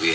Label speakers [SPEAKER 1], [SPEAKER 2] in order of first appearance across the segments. [SPEAKER 1] we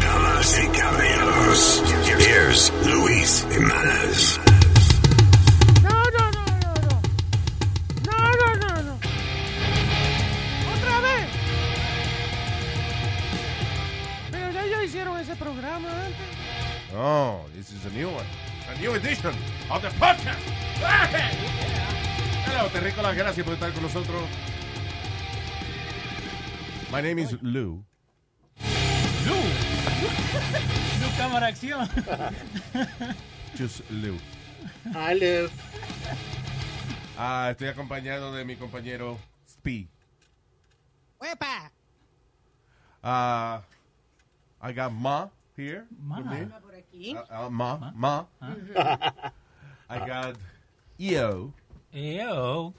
[SPEAKER 2] Damas y caballeros, here's Luis Jimenez.
[SPEAKER 3] No, no, no, no, no. No, no, no, no. Otra vez. Pero ya ellos hicieron ese programa antes.
[SPEAKER 4] Oh, this is a new one. It's a new edition of the podcast. Hello, Terrícolas. Gracias por estar con nosotros. My name is Lou.
[SPEAKER 5] Tu cámara acción.
[SPEAKER 4] Just Lou.
[SPEAKER 6] Hello.
[SPEAKER 4] Ah, estoy acompañado de mi compañero Spee.
[SPEAKER 7] ¡Huepa!
[SPEAKER 4] Ah, I got Ma here.
[SPEAKER 5] Ma.
[SPEAKER 4] with me.
[SPEAKER 7] Por aquí.
[SPEAKER 4] Uh, uh, ma. Ah. Ma. I got Io
[SPEAKER 5] Eo.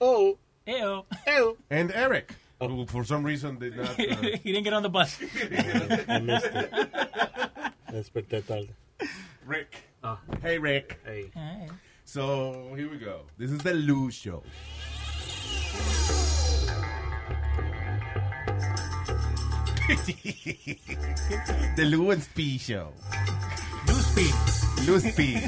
[SPEAKER 6] Oh,
[SPEAKER 5] Eo.
[SPEAKER 6] oh.
[SPEAKER 4] and Eric, who for some reason did not. uh,
[SPEAKER 5] He didn't get on the bus.
[SPEAKER 6] I missed it. Desperté tarde.
[SPEAKER 4] Rick. Hey, Rick.
[SPEAKER 6] Hey.
[SPEAKER 4] So here we go. This is the Lou Show. the Lou and Spee Show. Lou Spee. Lou Spee.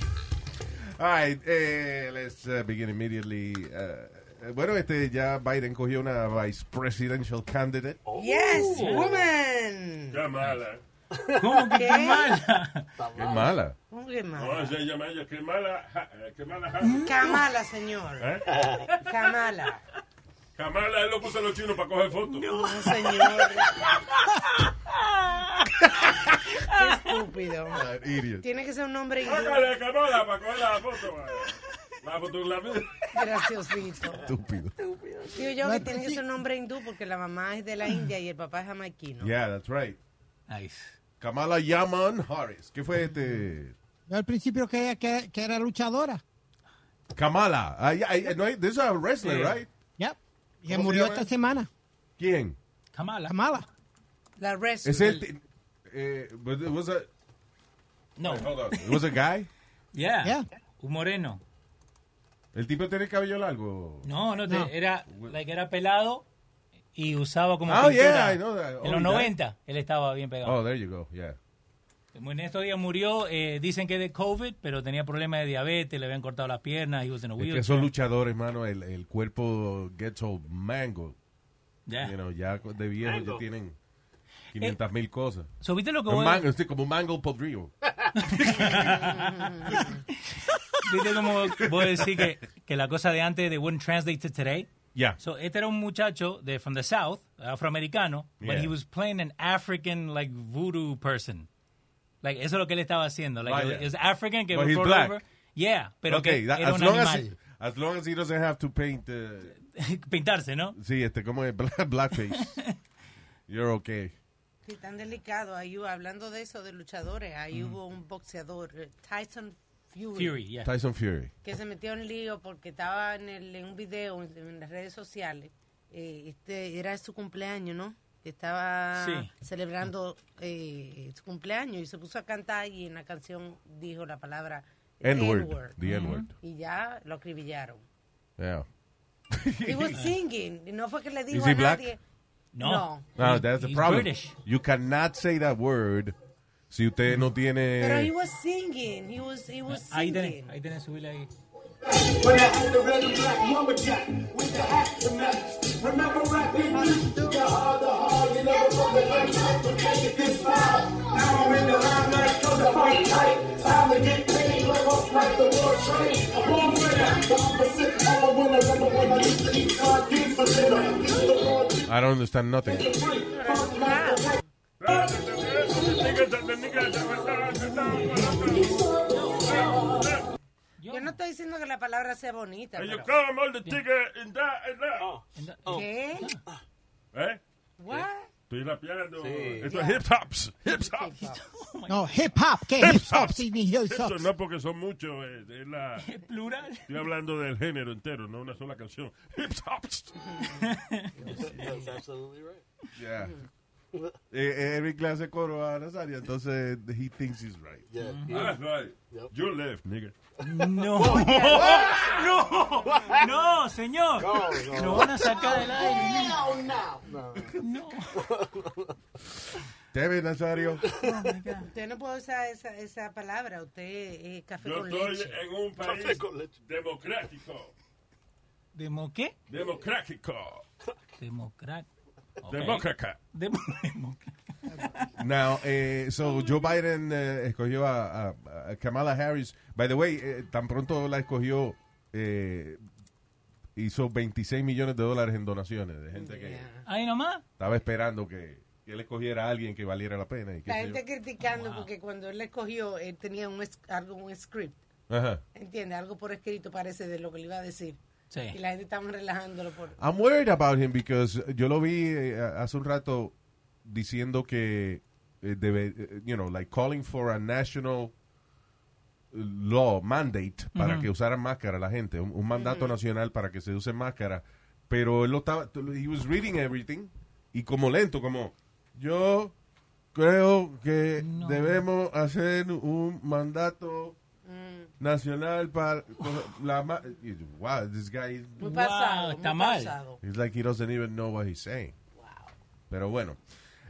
[SPEAKER 4] All right, eh, let's uh, begin immediately. Uh, bueno, este ya Biden cogió una vice presidential candidate.
[SPEAKER 7] Yes, woman.
[SPEAKER 8] Oh, Qué mala.
[SPEAKER 5] ¿Cómo que qué mala?
[SPEAKER 4] Qué mala.
[SPEAKER 7] Qué mala.
[SPEAKER 8] No, se llama ella. Qué mala. ja- eh, Qué mala. ja-
[SPEAKER 7] Kamala, señor.
[SPEAKER 8] ¿Eh?
[SPEAKER 7] Kamala.
[SPEAKER 8] Kamala, él lo puso a los chinos para coger fotos.
[SPEAKER 7] No, señor. Qué estúpido.
[SPEAKER 4] That idiot.
[SPEAKER 7] Tiene que ser un nombre indio.
[SPEAKER 8] Sácale, Kamala, para coger Ah, la foto. ma. La fotografía.
[SPEAKER 7] graciosito.
[SPEAKER 4] Estúpido.
[SPEAKER 7] Digo yo que tiene que ser un nombre hindú porque la mamá es de la India y el papá es jamaiquino.
[SPEAKER 4] Yeah, that's right.
[SPEAKER 5] Nice.
[SPEAKER 4] Kamala Yaman Harris. ¿Qué fue este?
[SPEAKER 9] Yo al principio creía que, que era luchadora.
[SPEAKER 4] Kamala. Ah, yeah, I- I- no, this is a wrestler, right?
[SPEAKER 9] Yep. Que
[SPEAKER 4] ¿Cómo se
[SPEAKER 9] murió
[SPEAKER 4] llama?
[SPEAKER 9] esta semana.
[SPEAKER 4] ¿Quién?
[SPEAKER 5] Kamala.
[SPEAKER 9] Kamala.
[SPEAKER 7] La wrestler.
[SPEAKER 4] Es el. ti- Eh, but it was a,
[SPEAKER 5] No. Oh,
[SPEAKER 8] Hold on.
[SPEAKER 4] it was a guy.
[SPEAKER 5] Yeah.
[SPEAKER 9] Yeah.
[SPEAKER 5] Un moreno.
[SPEAKER 4] El tipo tiene cabello largo.
[SPEAKER 5] No, no, te- era like, era pelado y usaba como
[SPEAKER 4] Oh,
[SPEAKER 5] pintura.
[SPEAKER 4] yeah, I know that.
[SPEAKER 5] En
[SPEAKER 4] Oh, yeah.
[SPEAKER 5] los 90 él estaba bien pegado.
[SPEAKER 4] Oh, there you go. Yeah.
[SPEAKER 5] En estos días murió, eh, dicen que de COVID, pero tenía problemas de diabetes, le habían cortado las piernas, he was in a
[SPEAKER 4] Es
[SPEAKER 5] wheelchair.
[SPEAKER 4] que son luchadores, hermano. El, el cuerpo gets old mango.
[SPEAKER 5] Yeah.
[SPEAKER 4] You know, ya de viejo ya tienen 500 mil cosas.
[SPEAKER 5] So, ¿viste lo que
[SPEAKER 4] Un
[SPEAKER 5] voy
[SPEAKER 4] mango, sí, como un mango podrido.
[SPEAKER 5] ¿Viste cómo voy a decir que, que la cosa de antes de wouldn't translate to today?
[SPEAKER 4] Yeah.
[SPEAKER 5] So, este era un muchacho de from the south, afroamericano, but
[SPEAKER 4] Yeah.
[SPEAKER 5] he was playing an African like voodoo person. Like eso es lo que él estaba haciendo. Like
[SPEAKER 4] Vaya.
[SPEAKER 5] it was African que
[SPEAKER 4] But he's
[SPEAKER 5] brought
[SPEAKER 4] black.
[SPEAKER 5] over. Yeah, pero
[SPEAKER 4] okay,
[SPEAKER 5] que
[SPEAKER 4] that-
[SPEAKER 5] era
[SPEAKER 4] as
[SPEAKER 5] un
[SPEAKER 4] long as he,
[SPEAKER 5] animal.
[SPEAKER 4] as long as he doesn't have to paint. Uh,
[SPEAKER 5] Pintarse, ¿no?
[SPEAKER 4] Sí, este, ¿cómo es? Bla- Blackface. You're okay.
[SPEAKER 7] Sí, tan delicado. Ahí, hubo- hablando de eso, de luchadores, ahí hubo un boxeador, eh, Tyson Fury,
[SPEAKER 5] Fury, yeah.
[SPEAKER 4] Tyson Fury.
[SPEAKER 7] que se metió en lío porque estaba en, el- en un video en, en las redes sociales. Eh, este Era su cumpleaños, ¿no? Que estaba
[SPEAKER 5] Sí.
[SPEAKER 7] celebrando eh, su cumpleaños y se puso a cantar y en la canción dijo la palabra
[SPEAKER 4] N-word. The N-word.
[SPEAKER 7] Y ya lo acribillaron.
[SPEAKER 4] Yeah.
[SPEAKER 7] He was singing. y No fue que le dijo
[SPEAKER 4] he
[SPEAKER 7] a
[SPEAKER 4] black?
[SPEAKER 7] nadie.
[SPEAKER 5] No.
[SPEAKER 4] No,
[SPEAKER 5] He-
[SPEAKER 4] that's the
[SPEAKER 5] he's
[SPEAKER 4] problem.
[SPEAKER 5] British.
[SPEAKER 4] You cannot say that word si usted no
[SPEAKER 7] Pero he
[SPEAKER 4] tiene...
[SPEAKER 7] was singing. He was, he was
[SPEAKER 5] Ahí
[SPEAKER 7] singing.
[SPEAKER 5] tenés, ahí tenés subirle ahí.
[SPEAKER 4] I don't understand nothing.
[SPEAKER 7] Yo no estoy diciendo que la palabra sea bonita.
[SPEAKER 8] And you
[SPEAKER 7] pero-
[SPEAKER 8] come all the ticket in that, in that.
[SPEAKER 5] And that-
[SPEAKER 7] ¿Qué?
[SPEAKER 8] ¿Eh?
[SPEAKER 7] What?
[SPEAKER 8] Estoy rapeando.
[SPEAKER 6] Sí.
[SPEAKER 8] Esto es hip hops. Hip hops.
[SPEAKER 4] Oh
[SPEAKER 9] No, hip hop. ¿Qué
[SPEAKER 8] Hip
[SPEAKER 9] hip hop
[SPEAKER 8] hop.
[SPEAKER 9] significa hip
[SPEAKER 8] Eso
[SPEAKER 9] hop?
[SPEAKER 8] no porque son muchos. Es, es la,
[SPEAKER 5] Es plural.
[SPEAKER 8] estoy hablando del género entero, no una sola canción. Hip hops.
[SPEAKER 6] That's absolutely right.
[SPEAKER 4] Yeah. Eh, Eric le hace coro a Nazario, entonces he thinks he's right.
[SPEAKER 6] Yeah.
[SPEAKER 8] That's right.
[SPEAKER 6] Yep.
[SPEAKER 8] Ah, You left, nigga.
[SPEAKER 5] No. no. No, señor.
[SPEAKER 6] No,
[SPEAKER 5] Lo
[SPEAKER 6] no.
[SPEAKER 5] van a sacar del aire.
[SPEAKER 4] Debe, Nazario.
[SPEAKER 7] Usted no puede usar esa, esa palabra. Usted eh, café
[SPEAKER 8] Yo
[SPEAKER 7] con
[SPEAKER 8] estoy
[SPEAKER 7] leche.
[SPEAKER 8] en un
[SPEAKER 6] Café
[SPEAKER 8] país
[SPEAKER 6] con leche.
[SPEAKER 8] democrático.
[SPEAKER 5] ¿Demo qué?
[SPEAKER 8] Democrático.
[SPEAKER 5] Democrat. Ok.
[SPEAKER 8] Demócrata.
[SPEAKER 5] Demo- democrat.
[SPEAKER 4] Now, eh, so Joe Biden eh, escogió a, a- a Kamala Harris. By the way, eh, tan pronto la escogió, eh, hizo 26 millones de dólares en donaciones de gente que
[SPEAKER 7] Yeah.
[SPEAKER 5] Ahí nomás.
[SPEAKER 4] estaba esperando que, que él escogiera a alguien que valiera la pena. Y qué
[SPEAKER 7] La
[SPEAKER 4] sé
[SPEAKER 7] gente criticando porque cuando él la escogió, él tenía un, es- algo, un script.
[SPEAKER 4] yo. Ajá.
[SPEAKER 7] entiende Algo por escrito parece de lo que le iba a decir. Y
[SPEAKER 5] Sí.
[SPEAKER 7] la gente estaba relajándolo por...
[SPEAKER 4] I'm worried about him because yo lo vi eh, hace un rato diciendo que eh, debe, eh, you know, like calling for a national law mandate para que usaran máscara la gente, un, un mandato nacional para que se use máscara, pero él lo estaba he was reading everything y como lento como yo creo que
[SPEAKER 5] No.
[SPEAKER 4] debemos hacer un mandato nacional para la ma- wow, this guy is-
[SPEAKER 7] Muy
[SPEAKER 5] Wow,
[SPEAKER 7] pasado,
[SPEAKER 5] está
[SPEAKER 7] muy
[SPEAKER 5] mal.
[SPEAKER 7] pasado.
[SPEAKER 4] It's like he doesn't even know what he's saying. Pero bueno.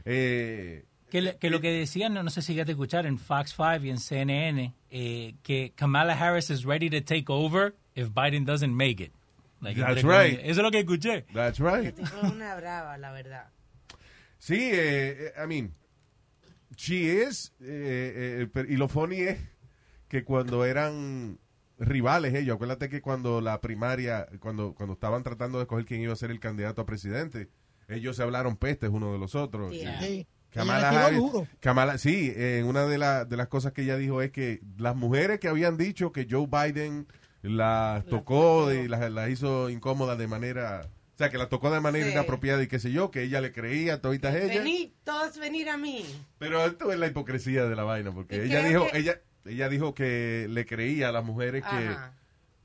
[SPEAKER 4] Eh,
[SPEAKER 5] Que, le- que lo que decían, no, no sé si ya te escucharon en Fox 5 y en CNN, eh, que Kamala Harris is ready to take over if Biden doesn't make it. Like,
[SPEAKER 4] That's
[SPEAKER 5] entre comillas.
[SPEAKER 4] right.
[SPEAKER 5] Eso es lo que escuché.
[SPEAKER 4] that's right.
[SPEAKER 7] Fue una brava, la verdad.
[SPEAKER 4] Sí, eh, eh, I mean, she is. eh, eh, pero- y lo funny es que cuando eran rivales ellos, acuérdate que cuando la primaria, cuando, cuando estaban tratando de escoger quién iba a ser el candidato a presidente, ellos se hablaron pestes uno de los otros.
[SPEAKER 7] Yeah.
[SPEAKER 9] Sí.
[SPEAKER 4] Kamala
[SPEAKER 9] Ella le tiró
[SPEAKER 4] Harris-
[SPEAKER 9] duro.
[SPEAKER 4] Kamala- sí, eh, una de, la- de las cosas que ella dijo es que las mujeres que habían dicho que Joe Biden las tocó y las, las hizo incómodas de manera, o sea, que las tocó de manera
[SPEAKER 7] Sí.
[SPEAKER 4] inapropiada y qué sé yo, que ella le creía, toditas ellas.
[SPEAKER 7] Venid, todos venir a mí.
[SPEAKER 4] Pero esto es la hipocresía de la vaina, porque
[SPEAKER 7] Y
[SPEAKER 4] ella
[SPEAKER 7] creo
[SPEAKER 4] dijo,
[SPEAKER 7] que-
[SPEAKER 4] ella, ella dijo que le creía a las mujeres que,
[SPEAKER 7] Ajá.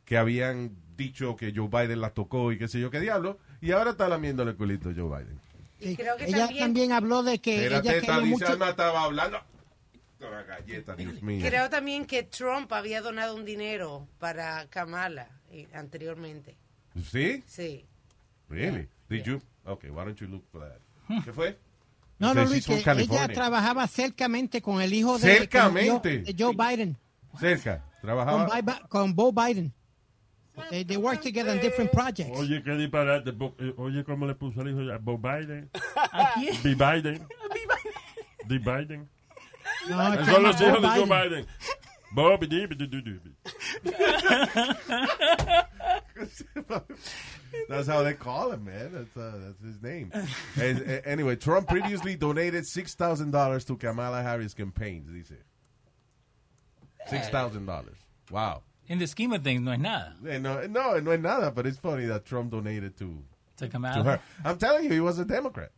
[SPEAKER 4] que habían dicho que Joe Biden las tocó y qué sé yo, qué diablo, y ahora está lamiéndole el culito a Joe Biden.
[SPEAKER 9] Sí.
[SPEAKER 7] creo que
[SPEAKER 9] Ella
[SPEAKER 7] también-
[SPEAKER 9] también... habló de que
[SPEAKER 4] Espérate,
[SPEAKER 9] Eh, ella
[SPEAKER 4] esta
[SPEAKER 9] quería mucho.
[SPEAKER 4] Lizana estaba hablando. Una galleta, Dios mío.
[SPEAKER 7] Creo también que Trump había donado un dinero para Kamala eh, anteriormente.
[SPEAKER 4] ¿Sí?
[SPEAKER 7] Sí.
[SPEAKER 4] Really? Did you? Okay, why don't you look for that? ¿Qué fue?
[SPEAKER 9] No, no,
[SPEAKER 4] Because she's
[SPEAKER 9] Luis,
[SPEAKER 4] from
[SPEAKER 9] que ella
[SPEAKER 4] California.
[SPEAKER 9] trabajaba cercamente con el hijo de,
[SPEAKER 4] Cercamente. Ah.
[SPEAKER 9] de Joe Biden,
[SPEAKER 4] Cerca.
[SPEAKER 9] con,
[SPEAKER 4] Trabajaba.
[SPEAKER 9] Bi- con Bo Biden. They, they worked together on different projects.
[SPEAKER 8] Oye, qué disparate. Bo- eh, Oye, cómo le puso al hijo a Bo Biden.
[SPEAKER 5] ¿A quién?
[SPEAKER 8] B. Biden. D. Biden.
[SPEAKER 9] No,
[SPEAKER 8] Esos son los
[SPEAKER 9] Joe
[SPEAKER 8] hijos de Joe
[SPEAKER 9] Biden.
[SPEAKER 8] Biden. Bobby, di, di, di, di, di.
[SPEAKER 4] That's how they call him, man. That's, uh, that's his name. And, uh, anyway, Trump previously donated $6,000 to Kamala Harris campaigns, dice. $6,000. Wow.
[SPEAKER 5] In the scheme of things, no es nada.
[SPEAKER 4] Eh, No, no, no es nada, but it's funny that Trump donated to,
[SPEAKER 5] To
[SPEAKER 7] Ah.
[SPEAKER 4] to
[SPEAKER 5] Kamala.
[SPEAKER 4] her. I'm telling you, he was a Democrat.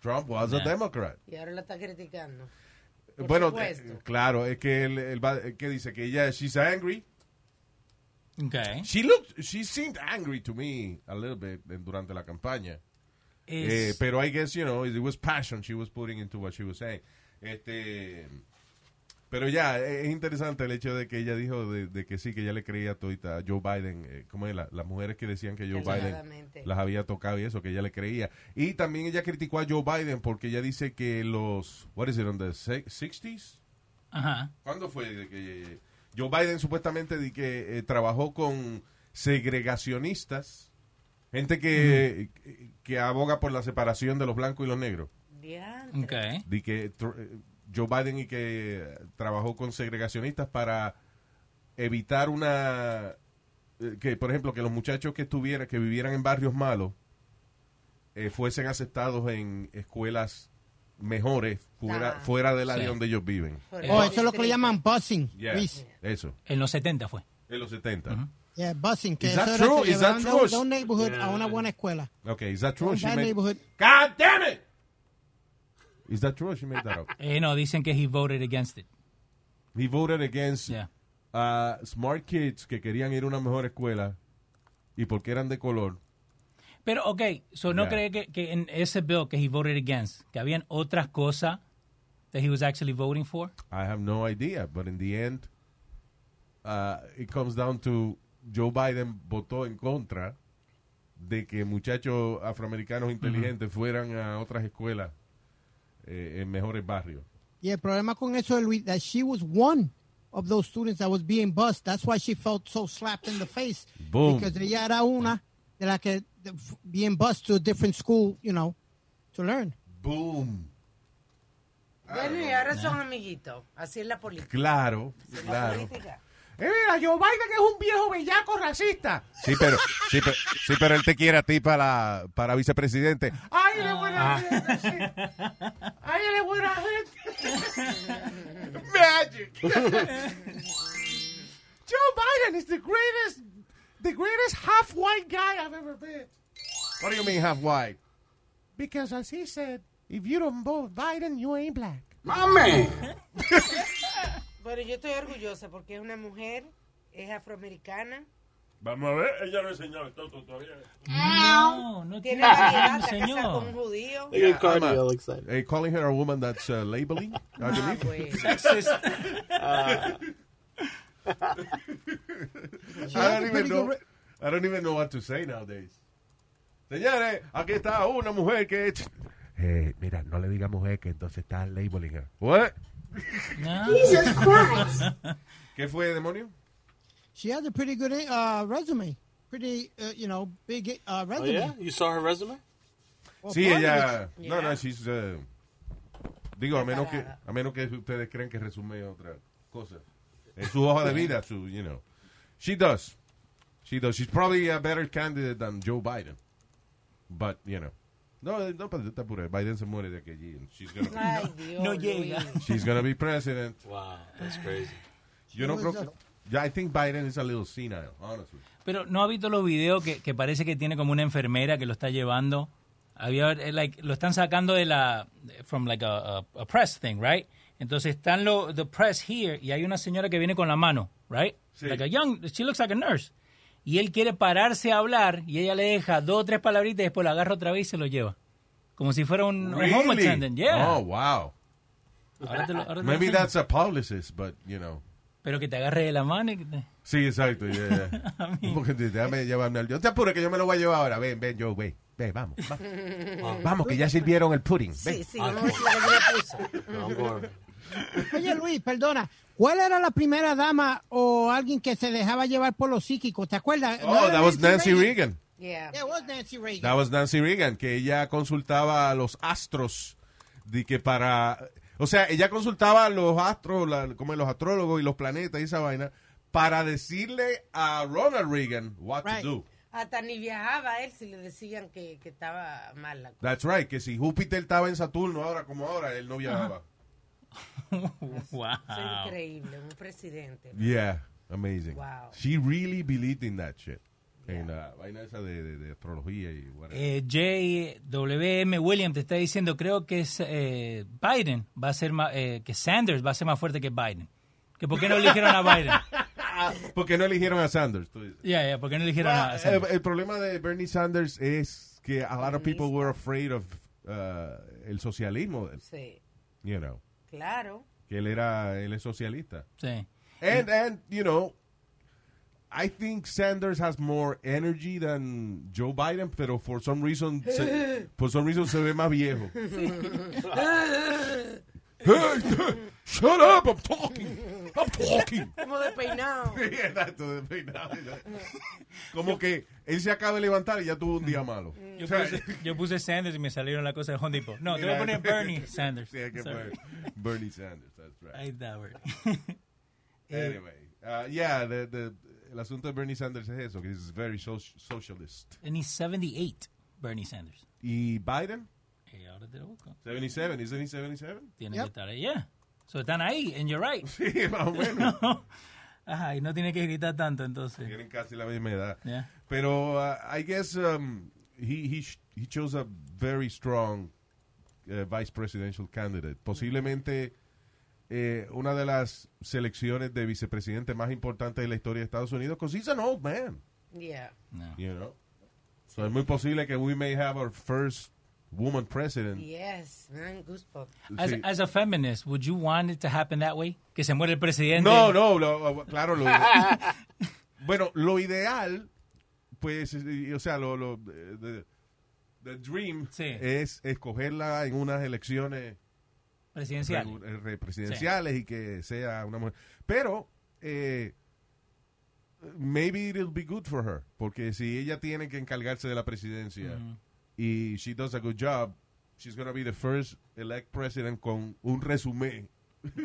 [SPEAKER 4] Trump was a
[SPEAKER 5] Yeah.
[SPEAKER 4] Democrat.
[SPEAKER 7] Y ahora la está criticando. Por
[SPEAKER 4] Bueno,
[SPEAKER 7] supuesto.
[SPEAKER 4] eh, claro, es que él, él va- eh, que dice que ella, she's angry.
[SPEAKER 5] Okay.
[SPEAKER 4] She looked, she seemed angry to me a little bit eh, durante la campaña. Eh,
[SPEAKER 5] Es-
[SPEAKER 4] pero I guess, you know, it was passion she was putting into what she was saying. Este, pero ya, eh, es interesante el hecho de que ella dijo de, de que sí, que ella le creía todita a Joe Biden, eh, ¿cómo es? La- las mujeres que decían que Joe Biden
[SPEAKER 7] Desgraciadamente.
[SPEAKER 4] las había tocado y eso, que ella le creía. Y también ella criticó a Joe Biden porque ella dice que los, what is it, on the se- 60s?
[SPEAKER 5] Ajá.
[SPEAKER 4] ¿Cuándo fue de que Joe Biden supuestamente di que eh, trabajó con segregacionistas, gente que, que aboga por la separación de los blancos y los negros?
[SPEAKER 7] Diantre.
[SPEAKER 5] Okay.
[SPEAKER 4] Di que tr- eh, Joe Biden y que eh, trabajó con segregacionistas para evitar una eh, que por ejemplo que los muchachos que estuvieran que vivieran en barrios malos eh, fuesen aceptados en escuelas mejores fuera
[SPEAKER 7] Ah.
[SPEAKER 4] fuera del área
[SPEAKER 5] Sí.
[SPEAKER 4] donde ellos viven.
[SPEAKER 7] Por
[SPEAKER 9] Oh,
[SPEAKER 7] el
[SPEAKER 9] eso es lo que le
[SPEAKER 7] distrito.
[SPEAKER 9] llaman buzzing,
[SPEAKER 4] Yeah,
[SPEAKER 9] Luis.
[SPEAKER 4] Eso.
[SPEAKER 5] En los 70 fue.
[SPEAKER 4] En los 70.
[SPEAKER 9] Yeah, buzzing. Que
[SPEAKER 4] Is
[SPEAKER 9] eso
[SPEAKER 4] that
[SPEAKER 9] era que
[SPEAKER 4] true? Is that
[SPEAKER 9] llevaban de
[SPEAKER 4] true?
[SPEAKER 9] un- De un neighborhood a una buena escuela.
[SPEAKER 4] Ok, is that true?
[SPEAKER 9] Un
[SPEAKER 4] She
[SPEAKER 9] bad
[SPEAKER 4] made-
[SPEAKER 9] neighborhood.
[SPEAKER 4] God damn it! Is that true or she made that up?
[SPEAKER 5] Eh, no, dicen que he voted against it.
[SPEAKER 4] He voted against
[SPEAKER 5] Yeah.
[SPEAKER 4] uh, smart kids que querían ir a una mejor escuela y porque eran de color.
[SPEAKER 5] Pero, ok, so no
[SPEAKER 4] Yeah.
[SPEAKER 5] cree que, que en ese bill que he voted against, que habían otras cosas that he was actually voting for?
[SPEAKER 4] I have no idea, but in the end, uh, it comes down to Joe Biden votó en contra de que muchachos afroamericanos inteligentes fueran a otras escuelas eh, en mejores barrios.
[SPEAKER 9] Y el problema con eso es, Luis, that she was one of those students that was being bused. That's why she felt so slapped in the face.
[SPEAKER 4] Boom.
[SPEAKER 9] Because ella era una de las que de- f- being bused to a different school, you know, to learn.
[SPEAKER 4] Boom.
[SPEAKER 7] Bueno, y ahora son amiguitos. Así es la política.
[SPEAKER 4] Claro, claro.
[SPEAKER 7] Política.
[SPEAKER 4] Eh, mira, Joe Biden es un viejo bellaco racista. Sí, pero, sí, pero, sí, pero él te quiere a ti para, para vicepresidente. Ay, él es buena gente. sí. Ay, él es buena gente. Magic. Joe Biden is the greatest, the greatest half white guy I've ever met. What do you mean half white? Because as he said, if you don't vote Biden, you ain't black.
[SPEAKER 7] Bueno, yo estoy orgullosa porque es una mujer, es afroamericana,
[SPEAKER 8] Vamos a ver, ella no ha enseñado el toto todavía.
[SPEAKER 5] No, no
[SPEAKER 7] tiene
[SPEAKER 5] tiene
[SPEAKER 9] Ah,
[SPEAKER 7] variedad,
[SPEAKER 5] razón,
[SPEAKER 7] está casada con un
[SPEAKER 5] señor.
[SPEAKER 7] judío.
[SPEAKER 6] They get
[SPEAKER 4] I'm
[SPEAKER 6] cardio
[SPEAKER 4] a-
[SPEAKER 6] excited.
[SPEAKER 4] Eh, calling her a woman that's uh, labeling, I
[SPEAKER 7] Ah,
[SPEAKER 4] believe.
[SPEAKER 7] pues.
[SPEAKER 4] I don't even know. I don't even know what to say nowadays. Señores, aquí está una mujer que es. Eh, mira, no le diga mujer que entonces está labeling her. What?
[SPEAKER 5] No.
[SPEAKER 4] ¿Qué fue, demonio?
[SPEAKER 9] She has a pretty good uh, resume. Pretty, uh, you know, big uh,
[SPEAKER 6] Oh,
[SPEAKER 9] resume.
[SPEAKER 6] yeah? You saw her resume?
[SPEAKER 5] Oh,
[SPEAKER 9] Well,
[SPEAKER 4] sí,
[SPEAKER 9] part of
[SPEAKER 4] ella.
[SPEAKER 7] it.
[SPEAKER 4] No,
[SPEAKER 7] Yeah.
[SPEAKER 4] no, she's. uh, digo, a menos, que,
[SPEAKER 7] Preparada.
[SPEAKER 4] a menos que ustedes crean que resume otra cosa. Es su hoja de vida, su, you know. She does. She does. She's probably a better candidate than Joe Biden. But, you know. No, no, pero está pura. Biden se muere de aquelli. She's gonna be-
[SPEAKER 7] Ay, Dios.
[SPEAKER 5] no llega.
[SPEAKER 7] Luis.
[SPEAKER 4] She's gonna be president.
[SPEAKER 6] Wow, that's crazy.
[SPEAKER 4] Yo no
[SPEAKER 9] was
[SPEAKER 4] creo
[SPEAKER 9] a-
[SPEAKER 4] que... Yeah, I think Biden is a little senile, honestly.
[SPEAKER 5] Pero no ha visto los videos que, que parece que tiene como una enfermera que lo está llevando. Había, eh, like, lo están sacando de la. From like a, a- a press thing, right? Entonces están los. The press here y hay una señora que viene con la mano, right?
[SPEAKER 4] Sí.
[SPEAKER 5] Like a young. She looks like a nurse. Y él quiere pararse a hablar y ella le deja dos o tres palabritas y después lo agarra otra vez y se lo lleva. Como si fuera un, un home attendant, yeah.
[SPEAKER 4] Oh, wow.
[SPEAKER 5] Ahora te lo- ahora te lo
[SPEAKER 4] Maybe
[SPEAKER 5] enseño.
[SPEAKER 4] that's a publicist, but, you know...
[SPEAKER 5] Pero que te agarre de la mano y que te-
[SPEAKER 4] Sí, exacto. yeah, yeah. Porque te- déjame llevarme al... Yo te apuro que yo me lo voy a llevar ahora. Ven, ven, yo, güey. Ven, vamos. va.
[SPEAKER 9] Ah.
[SPEAKER 4] Vamos, que ya sirvieron el pudding. Ven.
[SPEAKER 7] Sí, sí, vamos a ver si la gallina puso.
[SPEAKER 6] No, I'm going.
[SPEAKER 9] it. Oye, Luis, perdona. ¿Cuál era la primera dama o alguien que se dejaba llevar por los psíquicos? ¿Te acuerdas? ¿No
[SPEAKER 4] Oh,
[SPEAKER 9] era
[SPEAKER 4] that was Nancy Reagan.
[SPEAKER 7] Yeah.
[SPEAKER 9] Yeah, it was Nancy Reagan.
[SPEAKER 4] That was Nancy Reagan, que ella consultaba a los astros de que para... O sea, ella consultaba a los astros, la- como los astrólogos y los planetas y esa vaina, para decirle a Ronald Reagan what
[SPEAKER 9] Right.
[SPEAKER 4] to do.
[SPEAKER 7] Hasta ni viajaba él si le decían que, que estaba mal la cosa.
[SPEAKER 4] That's right, que si Júpiter estaba en Saturno ahora como ahora, él no viajaba.
[SPEAKER 5] Wow.
[SPEAKER 7] Eso es increíble, un presidente.
[SPEAKER 4] Yeah, amazing.
[SPEAKER 7] Wow.
[SPEAKER 4] She really believed in that shit. En la vaina esa de, de- de astrología y whatever.
[SPEAKER 5] Eh, JWM Williams te está diciendo, creo que es eh, Biden va a ser más, eh, que Sanders va a ser más fuerte que Biden. Que ¿Por qué no eligieron a Biden?
[SPEAKER 4] Porque no eligieron a Sanders. tú dices.
[SPEAKER 5] Ya, ya, ¿por qué no eligieron a
[SPEAKER 4] Well, el,
[SPEAKER 5] Ah, Sanders?
[SPEAKER 4] el problema de Bernie Sanders es que a lot of people were afraid of uh, el socialismo,
[SPEAKER 7] Sí,
[SPEAKER 4] you know,
[SPEAKER 7] claro.
[SPEAKER 4] que él era él es socialista.
[SPEAKER 5] Sí.
[SPEAKER 4] And and you know, I think Sanders has more energy than Joe Biden, pero for some reason, se, for some reason se ve más viejo. hey, hey, shut up! I'm talking. I'm talking.
[SPEAKER 7] Como de peinado.
[SPEAKER 4] Exacto, de peinado, ya. Como que él se acaba de levantar y ya tuvo un día malo.
[SPEAKER 5] Yo
[SPEAKER 4] O sea,
[SPEAKER 5] puse, yo puse Sanders y me salieron la cosa de Home Depot. No, te voy a poner Bernie Sanders.
[SPEAKER 4] Sí, hay que
[SPEAKER 5] Sorry.
[SPEAKER 4] poner Bernie Sanders, that's right.
[SPEAKER 5] Ahí está, Bernie.
[SPEAKER 4] Anyway, uh, yeah, the, the, el asunto de Bernie Sanders es eso, que es very soc- socialist.
[SPEAKER 5] And he's 78, Bernie Sanders.
[SPEAKER 4] ¿Y Biden?
[SPEAKER 5] Eh, ahora te lo busco.
[SPEAKER 4] 77, isn't he 77?
[SPEAKER 5] Tiene
[SPEAKER 9] Yep.
[SPEAKER 5] que estar ahí, yeah. So están ahí, and you're right.
[SPEAKER 4] Sí, más o menos.
[SPEAKER 5] Ajá, y no tiene que gritar tanto entonces.
[SPEAKER 4] Tienen casi la misma edad.
[SPEAKER 5] Yeah.
[SPEAKER 4] Pero uh, I guess um, he, he, sh- he chose a very strong eh, vice presidential candidate. Posiblemente eh, una de las selecciones de vicepresidente más importantes de la historia de Estados Unidos, because he's an old man,
[SPEAKER 7] Yeah.
[SPEAKER 4] you know. So es muy posible que we may have our first woman president.
[SPEAKER 7] Yes, man, goosebumps.
[SPEAKER 5] As,
[SPEAKER 4] Sí.
[SPEAKER 5] as a feminist, would you want it to happen that way? Que se muere el presidente.
[SPEAKER 4] No, no, lo- claro, lo ide- bueno, lo ideal, pues, y- o sea, lo, lo- the, the dream
[SPEAKER 5] Sí.
[SPEAKER 4] es escogerla en unas elecciones
[SPEAKER 5] Presidencial.
[SPEAKER 4] regu- eh, re- presidenciales y que sea una mujer. Pero, eh, maybe it'll be good for her, porque si ella tiene que encargarse de la presidencia y she does a good job, she's gonna be the first elect president con un resumen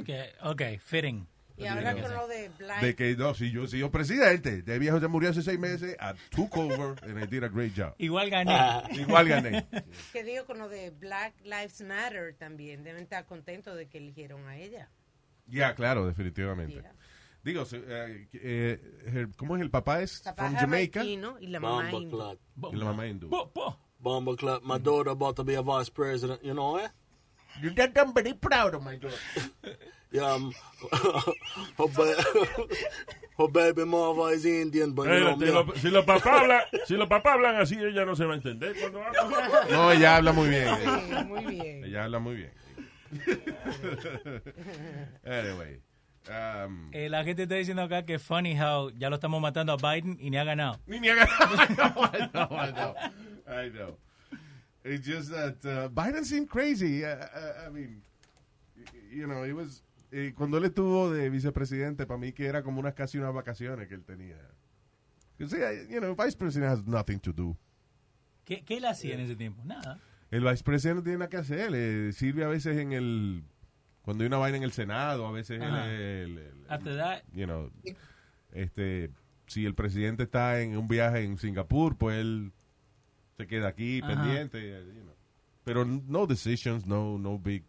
[SPEAKER 5] Que- ok, fitting.
[SPEAKER 7] Y ahora con lo de Black.
[SPEAKER 4] de que no, si yo soy presidente, de viejo ya murió hace seis meses, I took over and I did a great job.
[SPEAKER 5] Igual gané.
[SPEAKER 4] Igual gané.
[SPEAKER 7] Que digo con lo de Black Lives Matter también. Deben estar contentos de que eligieron a ella.
[SPEAKER 4] Ya, claro, definitivamente.
[SPEAKER 7] Yeah.
[SPEAKER 4] Digo, se- eh, eh, her- ¿cómo es el papá? Es
[SPEAKER 7] Papá
[SPEAKER 4] from Jamaica y
[SPEAKER 7] jamaiquino y la mamá
[SPEAKER 6] Bomba
[SPEAKER 7] india.
[SPEAKER 6] club.
[SPEAKER 4] la mamá hindú.
[SPEAKER 5] Po, po.
[SPEAKER 6] Bomba club. My daughter about to be a vice president. You know eh? what?
[SPEAKER 4] You got them very proud of my daughter.
[SPEAKER 6] Yeah, um, her, ba- her baby mama is Indian, but you know,
[SPEAKER 8] Espérate,
[SPEAKER 6] me-
[SPEAKER 8] lo- si los papás hablan, si los papás hablan así, ella no se va a entender cuando habla.
[SPEAKER 4] No, ella habla muy bien.
[SPEAKER 7] Sí, muy bien.
[SPEAKER 4] Ella habla muy bien. anyway. um,
[SPEAKER 5] Eh, la gente está diciendo acá que funny how ya lo estamos matando a Biden y ni ha ganado.
[SPEAKER 4] Ni me haga- I know, I know, I know. I know. It's just that uh, Biden seemed crazy. I, I, I mean, y- you know, it was. eh, cuando él estuvo de vicepresidente, para mí que era como unas casi unas vacaciones que él tenía. You see, I- you know, vice president has nothing to do.
[SPEAKER 5] ¿Qué, qué él hacía en ese tiempo? Nada.
[SPEAKER 4] El vicepresidente no tiene nada que hacer. eh, sirve a veces en el. Cuando hay una vaina en el Senado, a veces
[SPEAKER 5] Ajá.
[SPEAKER 4] él, él- él-
[SPEAKER 5] After that,
[SPEAKER 4] you know, este, si el presidente está en un viaje en Singapur, pues él se queda aquí
[SPEAKER 5] Ajá.
[SPEAKER 4] pendiente, you know. Pero no decisions, no, no big,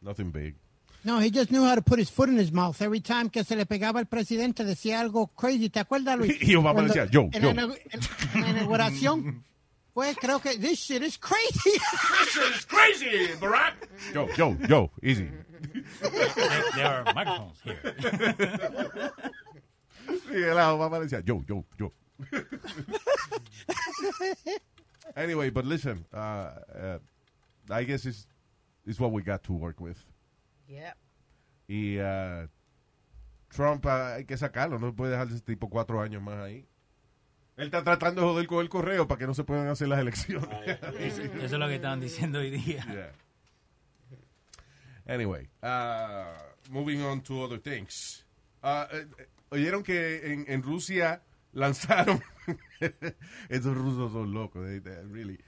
[SPEAKER 4] nothing big.
[SPEAKER 9] No, he just knew how to put his foot in his mouth. Every time que se le pegaba al presidente decía algo crazy. ¿Te acuerdas, Luis?
[SPEAKER 4] Y Obama
[SPEAKER 9] Cuando-
[SPEAKER 4] decía, yo,
[SPEAKER 9] en
[SPEAKER 4] yo.
[SPEAKER 9] La, inau- en la inauguración. Pues creo que this shit is crazy.
[SPEAKER 8] It's crazy, Barack.
[SPEAKER 4] Yo, yo, yo, easy.
[SPEAKER 5] there there are microphones here.
[SPEAKER 4] Y el Obama decía, yo, yo, yo. anyway, but listen, uh, uh, I guess it's, it's what we got to work with.
[SPEAKER 7] Yeah.
[SPEAKER 4] Y uh, Trump ah, hay que sacarlo, no puede dejar ese tipo cuatro años más ahí. Él está tratando de joder con el correo para que no se puedan hacer las elecciones.
[SPEAKER 5] Eso es lo que estaban diciendo hoy día.
[SPEAKER 4] Yeah. Anyway, ah, moving on to other things. Ah, eh, eh, Oyeron que en, en Rusia lanzaron. Esos rusos son locos, they- they- really.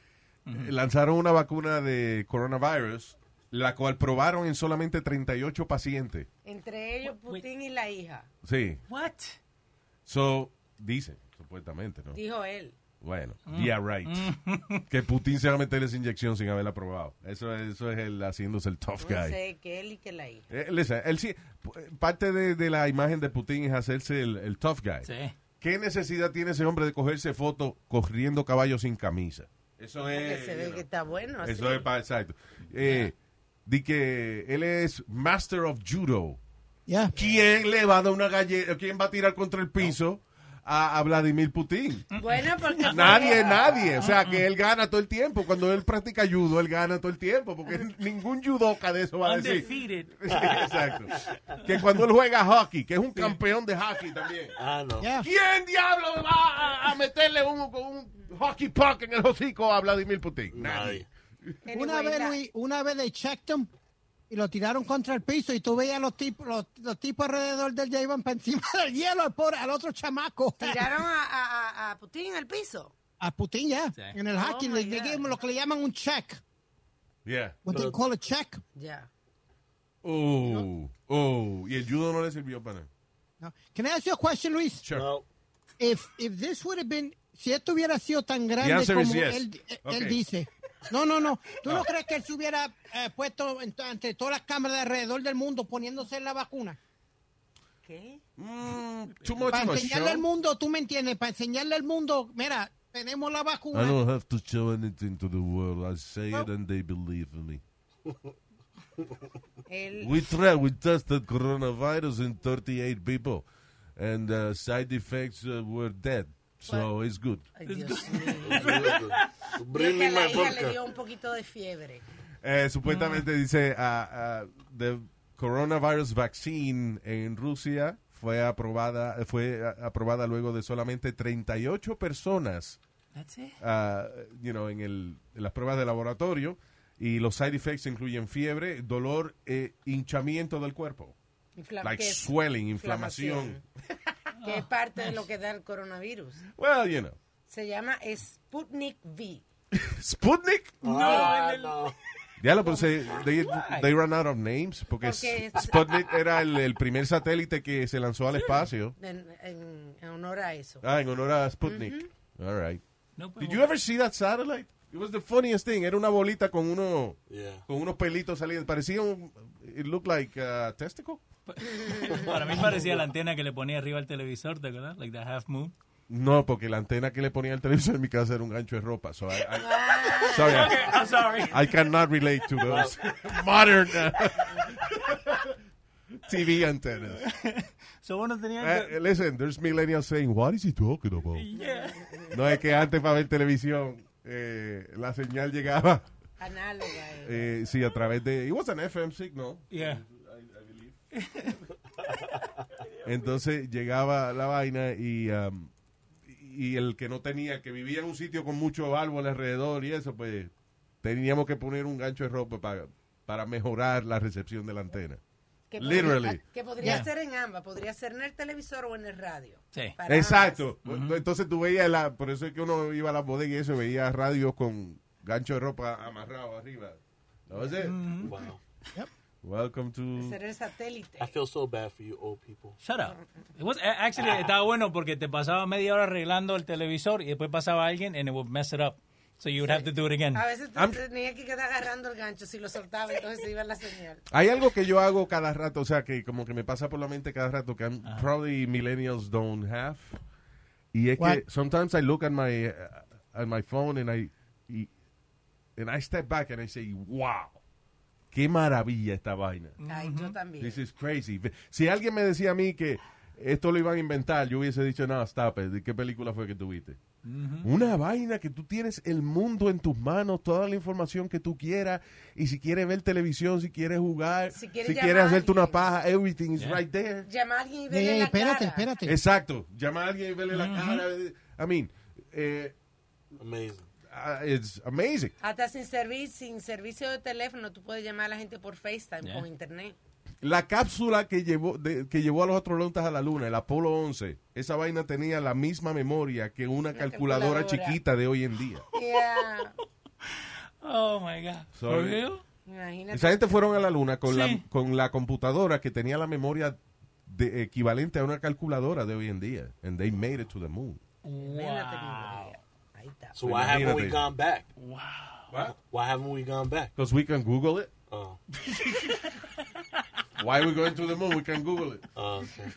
[SPEAKER 4] Eh, Lanzaron una vacuna de coronavirus, la cual probaron en solamente 38 pacientes.
[SPEAKER 7] Entre ellos Putin y la hija,
[SPEAKER 4] Sí.
[SPEAKER 5] What?
[SPEAKER 4] So, dicen, supuestamente, ¿no?
[SPEAKER 7] dijo él.
[SPEAKER 4] Bueno,
[SPEAKER 7] Mm.
[SPEAKER 4] yeah right. que Putin se va a meter esa inyección sin haberla probado. Eso, eso es el haciéndose el tough
[SPEAKER 7] No
[SPEAKER 4] guy.
[SPEAKER 7] sé, que él y que la hija.
[SPEAKER 4] Eh, listen, él sí, p- parte de, de la imagen de Putin es hacerse el, el tough guy.
[SPEAKER 5] Sí.
[SPEAKER 4] ¿Qué necesidad tiene ese hombre de cogerse foto corriendo caballo sin camisa? Eso
[SPEAKER 7] Que
[SPEAKER 4] es...
[SPEAKER 7] se ve que está bueno. así.
[SPEAKER 4] Eso es para... Exacto. Eh, Di que él es Master of Judo.
[SPEAKER 9] Yeah.
[SPEAKER 4] ¿Quién le va a dar una galleta? ¿Quién va a tirar contra el piso a, a Vladimir Putin?
[SPEAKER 7] Bueno, porque fue-
[SPEAKER 4] Nadie, nadie. O sea, que él gana todo el tiempo. Cuando él practica judo, él gana todo el tiempo. Porque ningún judoka de eso va a decir. Ah, Sí,
[SPEAKER 5] Undefeated.
[SPEAKER 4] exacto. Que cuando él juega hockey, que es un campeón de hockey también.
[SPEAKER 6] I know.
[SPEAKER 9] Yeah.
[SPEAKER 4] ¿Quién diablo va a, a meterle un, un hockey puck en el hocico a Vladimir Putin? Nadie.
[SPEAKER 6] Nadie.
[SPEAKER 7] Anyway,
[SPEAKER 9] Una vez,
[SPEAKER 7] la-
[SPEAKER 9] Luis, una vez they checked him y lo tiraron contra el piso y tú veías los tipos, los, los tipos alrededor de él ya iban para encima del hielo al, pobre- al otro chamaco.
[SPEAKER 7] Tiraron a, a- a- a Putin al piso.
[SPEAKER 9] A Putin, ya.
[SPEAKER 5] Sí.
[SPEAKER 9] En el hockey
[SPEAKER 7] Oh my
[SPEAKER 9] le le
[SPEAKER 7] God.
[SPEAKER 9] dieron lo que le llaman un check.
[SPEAKER 4] Yeah.
[SPEAKER 9] What they call a check.
[SPEAKER 7] Ya.
[SPEAKER 4] Oh, oh. Y el judo no le sirvió para nada.
[SPEAKER 9] No. Can I ask you a question, Luis?
[SPEAKER 4] Sure.
[SPEAKER 6] No.
[SPEAKER 9] If, if this would have been, si esto hubiera sido tan grande
[SPEAKER 4] answer
[SPEAKER 9] como
[SPEAKER 4] is yes.
[SPEAKER 9] él, él
[SPEAKER 4] Okay.
[SPEAKER 9] dice. No, no, no. ¿Tú no, crees que él se hubiera eh, puesto en- ante todas las cámaras de alrededor del mundo poniéndose la vacuna?
[SPEAKER 7] ¿Qué?
[SPEAKER 4] Mm, too much
[SPEAKER 9] Para
[SPEAKER 4] of a
[SPEAKER 9] enseñarle al
[SPEAKER 4] show.
[SPEAKER 9] mundo, tú me entiendes, para enseñarle al mundo, mira, tenemos la
[SPEAKER 4] I
[SPEAKER 9] vacuna.
[SPEAKER 4] Ah, don't have to show anything to the world. I say it and they believe in me.
[SPEAKER 7] Él,
[SPEAKER 4] We tried, we tested coronavirus in 38 people, and uh, side effects uh, were dead. So it's good.
[SPEAKER 7] ay, Dios mío.
[SPEAKER 6] Bring
[SPEAKER 7] Y es
[SPEAKER 6] me
[SPEAKER 7] que a
[SPEAKER 6] my
[SPEAKER 7] la hija le
[SPEAKER 6] vodka.
[SPEAKER 7] dio un poquito de fiebre.
[SPEAKER 4] Eh, supuestamente dice, ah, ah, the coronavirus vaccine en Rusia fue aprobada, fue ah, aprobada luego de solamente 38 personas
[SPEAKER 5] That's it.
[SPEAKER 4] ah, you know, en, el- en las pruebas de laboratorio y los side effects incluyen fiebre, dolor, e hinchamiento del cuerpo,
[SPEAKER 7] Infla-
[SPEAKER 4] like
[SPEAKER 7] que-
[SPEAKER 4] swelling, inflamación.
[SPEAKER 7] Que es parte de lo que da el coronavirus.
[SPEAKER 4] Well, you know,
[SPEAKER 7] Se llama Sputnik V.
[SPEAKER 4] Sputnik.
[SPEAKER 6] Ah, no.
[SPEAKER 4] Ya lo puse, they, they ran out of names
[SPEAKER 7] Porque
[SPEAKER 4] porque, S-
[SPEAKER 7] es-
[SPEAKER 4] Sputnik era el, el primer satélite que se lanzó al espacio.
[SPEAKER 7] En, en- en honor a eso.
[SPEAKER 4] Ah, en honor a Sputnik. All right.
[SPEAKER 5] No puedo-
[SPEAKER 4] Did you ever see that satellite? It was the funniest thing. Era una bolita con uno
[SPEAKER 6] Yeah.
[SPEAKER 4] con unos pelitos saliendo. Parecía un it looked like a testicle.
[SPEAKER 5] Para mí parecía la antena que le ponía arriba al televisor, ¿te acuerdas? Like the half moon.
[SPEAKER 4] No, porque la antena que le ponía al televisor en mi casa era un gancho de ropa. So I, I- sorry, I-
[SPEAKER 5] I'm sorry.
[SPEAKER 4] I cannot relate to those modern uh, TV antennas.
[SPEAKER 5] So uno tenía
[SPEAKER 4] Eh,
[SPEAKER 5] que...
[SPEAKER 4] listen, there's millennials saying, what is he talking about?
[SPEAKER 5] Yeah.
[SPEAKER 4] No, es que antes para ver televisión eh, la señal llegaba,
[SPEAKER 7] Análoga. a él.
[SPEAKER 4] eh, sí, a través de... It was an FM signal.
[SPEAKER 5] Yeah.
[SPEAKER 4] Entonces llegaba la vaina y, um, y el que no tenía, que vivía en un sitio con muchos árboles alrededor y eso, pues teníamos que poner un gancho de ropa para, para mejorar la recepción de la antena.
[SPEAKER 7] Que
[SPEAKER 4] Literally.
[SPEAKER 7] Podría, que podría
[SPEAKER 5] Yeah.
[SPEAKER 7] ser en ambas. Podría ser en el televisor o en el radio.
[SPEAKER 5] Sí.
[SPEAKER 7] Para
[SPEAKER 4] Exacto. Pues, Entonces tú veías, la, por eso es que uno iba a la bodega y eso, veía radios con gancho de ropa amarrado arriba. That was it.
[SPEAKER 6] Wow.
[SPEAKER 4] Welcome
[SPEAKER 7] ambas.
[SPEAKER 4] to...
[SPEAKER 7] Ser el satélite.
[SPEAKER 6] I feel so bad for you old people.
[SPEAKER 5] Shut up. It was, a- actually, estaba bueno porque te pasaba media hora arreglando el televisor y después pasaba alguien and it would mess it up. So you would have to do it again.
[SPEAKER 7] A veces te
[SPEAKER 4] I'm-
[SPEAKER 7] tenía que quedar agarrando el gancho. Si lo soltaba, entonces se iba la señal.
[SPEAKER 4] Hay algo que yo hago cada rato, o sea, que como que me pasa por la mente cada rato que I'm- probably millennials don't have. Y es
[SPEAKER 9] What?
[SPEAKER 4] que sometimes I look at my uh, at my phone and I y- and I step back and I say, "Wow. Qué maravilla esta vaina.
[SPEAKER 7] Ay, yo también.
[SPEAKER 4] This is crazy." Si alguien me decía a mí que esto lo iban a inventar, yo hubiese dicho, "No, stop it. ¿De qué película fue que tuviste?" Una vaina que tú tienes el mundo en tus manos, toda la información que tú quieras, y si quieres ver televisión, si quieres jugar, si
[SPEAKER 7] Si
[SPEAKER 4] quieres,
[SPEAKER 7] quieres llamar a
[SPEAKER 4] hacerte una
[SPEAKER 7] alguien.
[SPEAKER 4] paja, everything is right there.
[SPEAKER 7] Llama a alguien y verle
[SPEAKER 9] Ey,
[SPEAKER 7] la
[SPEAKER 9] Eh, espérate,
[SPEAKER 7] cara.
[SPEAKER 9] espérate.
[SPEAKER 4] Exacto, llama a alguien y verle la cara. I mean, eh,
[SPEAKER 6] Amazing.
[SPEAKER 4] ah, it's amazing.
[SPEAKER 7] Hasta sin, servi- sin servicio de teléfono, tú puedes llamar a la gente por FaceTime
[SPEAKER 5] Yeah.
[SPEAKER 7] con internet.
[SPEAKER 4] La cápsula que llevó, de- que llevó a los astronautas a la Luna, el Apolo 11, esa vaina tenía la misma memoria que una calculadora
[SPEAKER 7] calculadora.
[SPEAKER 4] chiquita de hoy en día.
[SPEAKER 7] Yeah.
[SPEAKER 5] Oh, my God. ¿For
[SPEAKER 4] Sorry.
[SPEAKER 5] real?
[SPEAKER 7] Imagínate.
[SPEAKER 4] Esa gente fueron a la luna con,
[SPEAKER 5] Sí.
[SPEAKER 4] la, con la computadora que tenía la memoria de- equivalente a una calculadora de hoy en día. And they made it to the moon.
[SPEAKER 7] Imagínate, mi vida. Ahí está.
[SPEAKER 6] So why haven't we
[SPEAKER 4] Imagínate.
[SPEAKER 6] gone back?
[SPEAKER 4] What?
[SPEAKER 6] Why haven't we gone back?
[SPEAKER 4] Because we can Google it.
[SPEAKER 6] Oh,
[SPEAKER 4] Why we going to the moon? We can Google it.
[SPEAKER 6] oh, okay.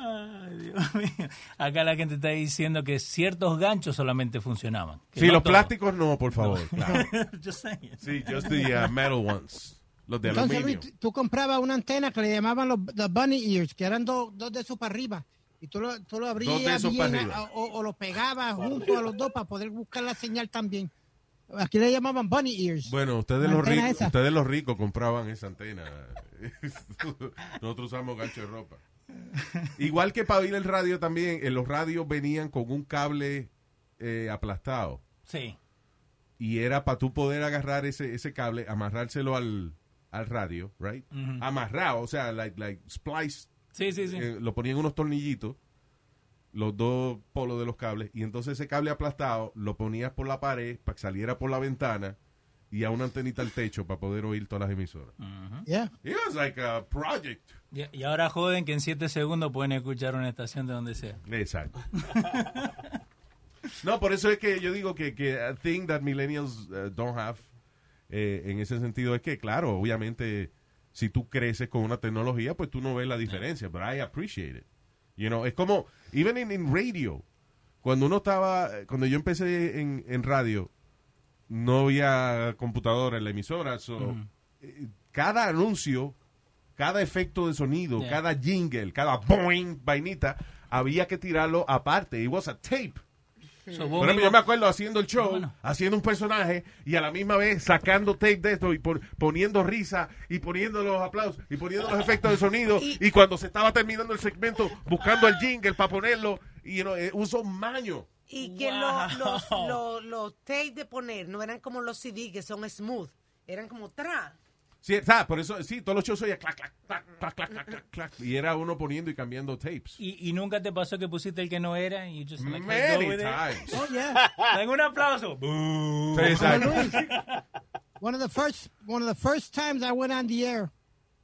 [SPEAKER 5] Ay, Dios mío. Acá la gente está diciendo que ciertos ganchos solamente funcionaban. Que
[SPEAKER 4] Sí,
[SPEAKER 5] no
[SPEAKER 4] los
[SPEAKER 5] todos.
[SPEAKER 4] plásticos no, por favor. Claro.
[SPEAKER 5] Just saying.
[SPEAKER 4] Sí, just the uh, metal ones. Los de
[SPEAKER 9] Entonces,
[SPEAKER 4] aluminio.
[SPEAKER 9] Luis, tú- tú comprabas una antena que le llamaban los, los bunny ears, que eran dos dos de esos para arriba. Y tú lo, tú lo abrías
[SPEAKER 4] esos
[SPEAKER 9] bien,
[SPEAKER 4] para arriba.
[SPEAKER 9] a- o, o lo pegabas junto a los dos para poder buscar la señal también. Aquí le llamaban bunny ears.
[SPEAKER 4] Bueno, ustedes
[SPEAKER 9] La
[SPEAKER 4] los,
[SPEAKER 9] antena
[SPEAKER 4] ricos,
[SPEAKER 9] esa.
[SPEAKER 4] ustedes los ricos compraban esa antena. Nosotros usamos gancho de ropa. Igual que para oír el radio también, eh, los radios venían con un cable eh, aplastado.
[SPEAKER 5] Sí.
[SPEAKER 4] y era para tú poder agarrar ese, ese cable, amarrárselo al, al radio, right? Amarrado, o sea, like, like splice,
[SPEAKER 5] Sí, sí, sí.
[SPEAKER 4] eh, lo ponían unos tornillitos, los dos polos de los cables, y entonces ese cable aplastado lo ponías por la pared para que saliera por la ventana y a una antenita al techo para poder oír todas las emisoras.
[SPEAKER 9] Yeah.
[SPEAKER 4] It was like a project.
[SPEAKER 5] Y, y ahora joden que en 7 segundos pueden escuchar una estación de donde sea.
[SPEAKER 4] Exacto. no, por eso es que yo digo que, que a thing that millennials uh, don't have eh, en ese sentido es que, claro, obviamente, si tú creces con una tecnología, pues tú no ves la diferencia, pero I appreciate it. You know, es como, even in, in radio, cuando uno estaba, cuando yo empecé en, en radio, no había computadora en la emisora. so, eh, Cada anuncio, cada efecto de sonido,
[SPEAKER 5] Yeah.
[SPEAKER 4] cada jingle, cada boing, vainita, había que tirarlo aparte. It was a tape.
[SPEAKER 5] So, vos
[SPEAKER 4] Por ejemplo,
[SPEAKER 5] mismo-
[SPEAKER 4] yo me acuerdo haciendo el show,
[SPEAKER 5] Bueno.
[SPEAKER 4] haciendo un personaje y a la misma vez sacando tape de esto y por- poniendo risa y poniendo los aplausos y poniendo los efectos de sonido y, cuando se estaba terminando el segmento buscando el jingle para ponerlo y you know, eh, uso un maño.
[SPEAKER 7] Y que
[SPEAKER 5] Wow.
[SPEAKER 7] los, los, los, los tapes de poner no eran como los CD que son smooth, eran como tra.
[SPEAKER 4] Sí, está, por eso, sí, todos los shows oía clac, clac, clac, clac, clac, clac, clac, clac, y era uno poniendo y cambiando tapes.
[SPEAKER 5] y, y nunca te pasó que pusiste el que no era y you just like, go
[SPEAKER 4] Many
[SPEAKER 5] with it.
[SPEAKER 4] times.
[SPEAKER 9] Oh, yeah.
[SPEAKER 5] Dan un aplauso. Boo.
[SPEAKER 4] Sí, exacto.
[SPEAKER 9] One of the first, one of the first times I went on the air,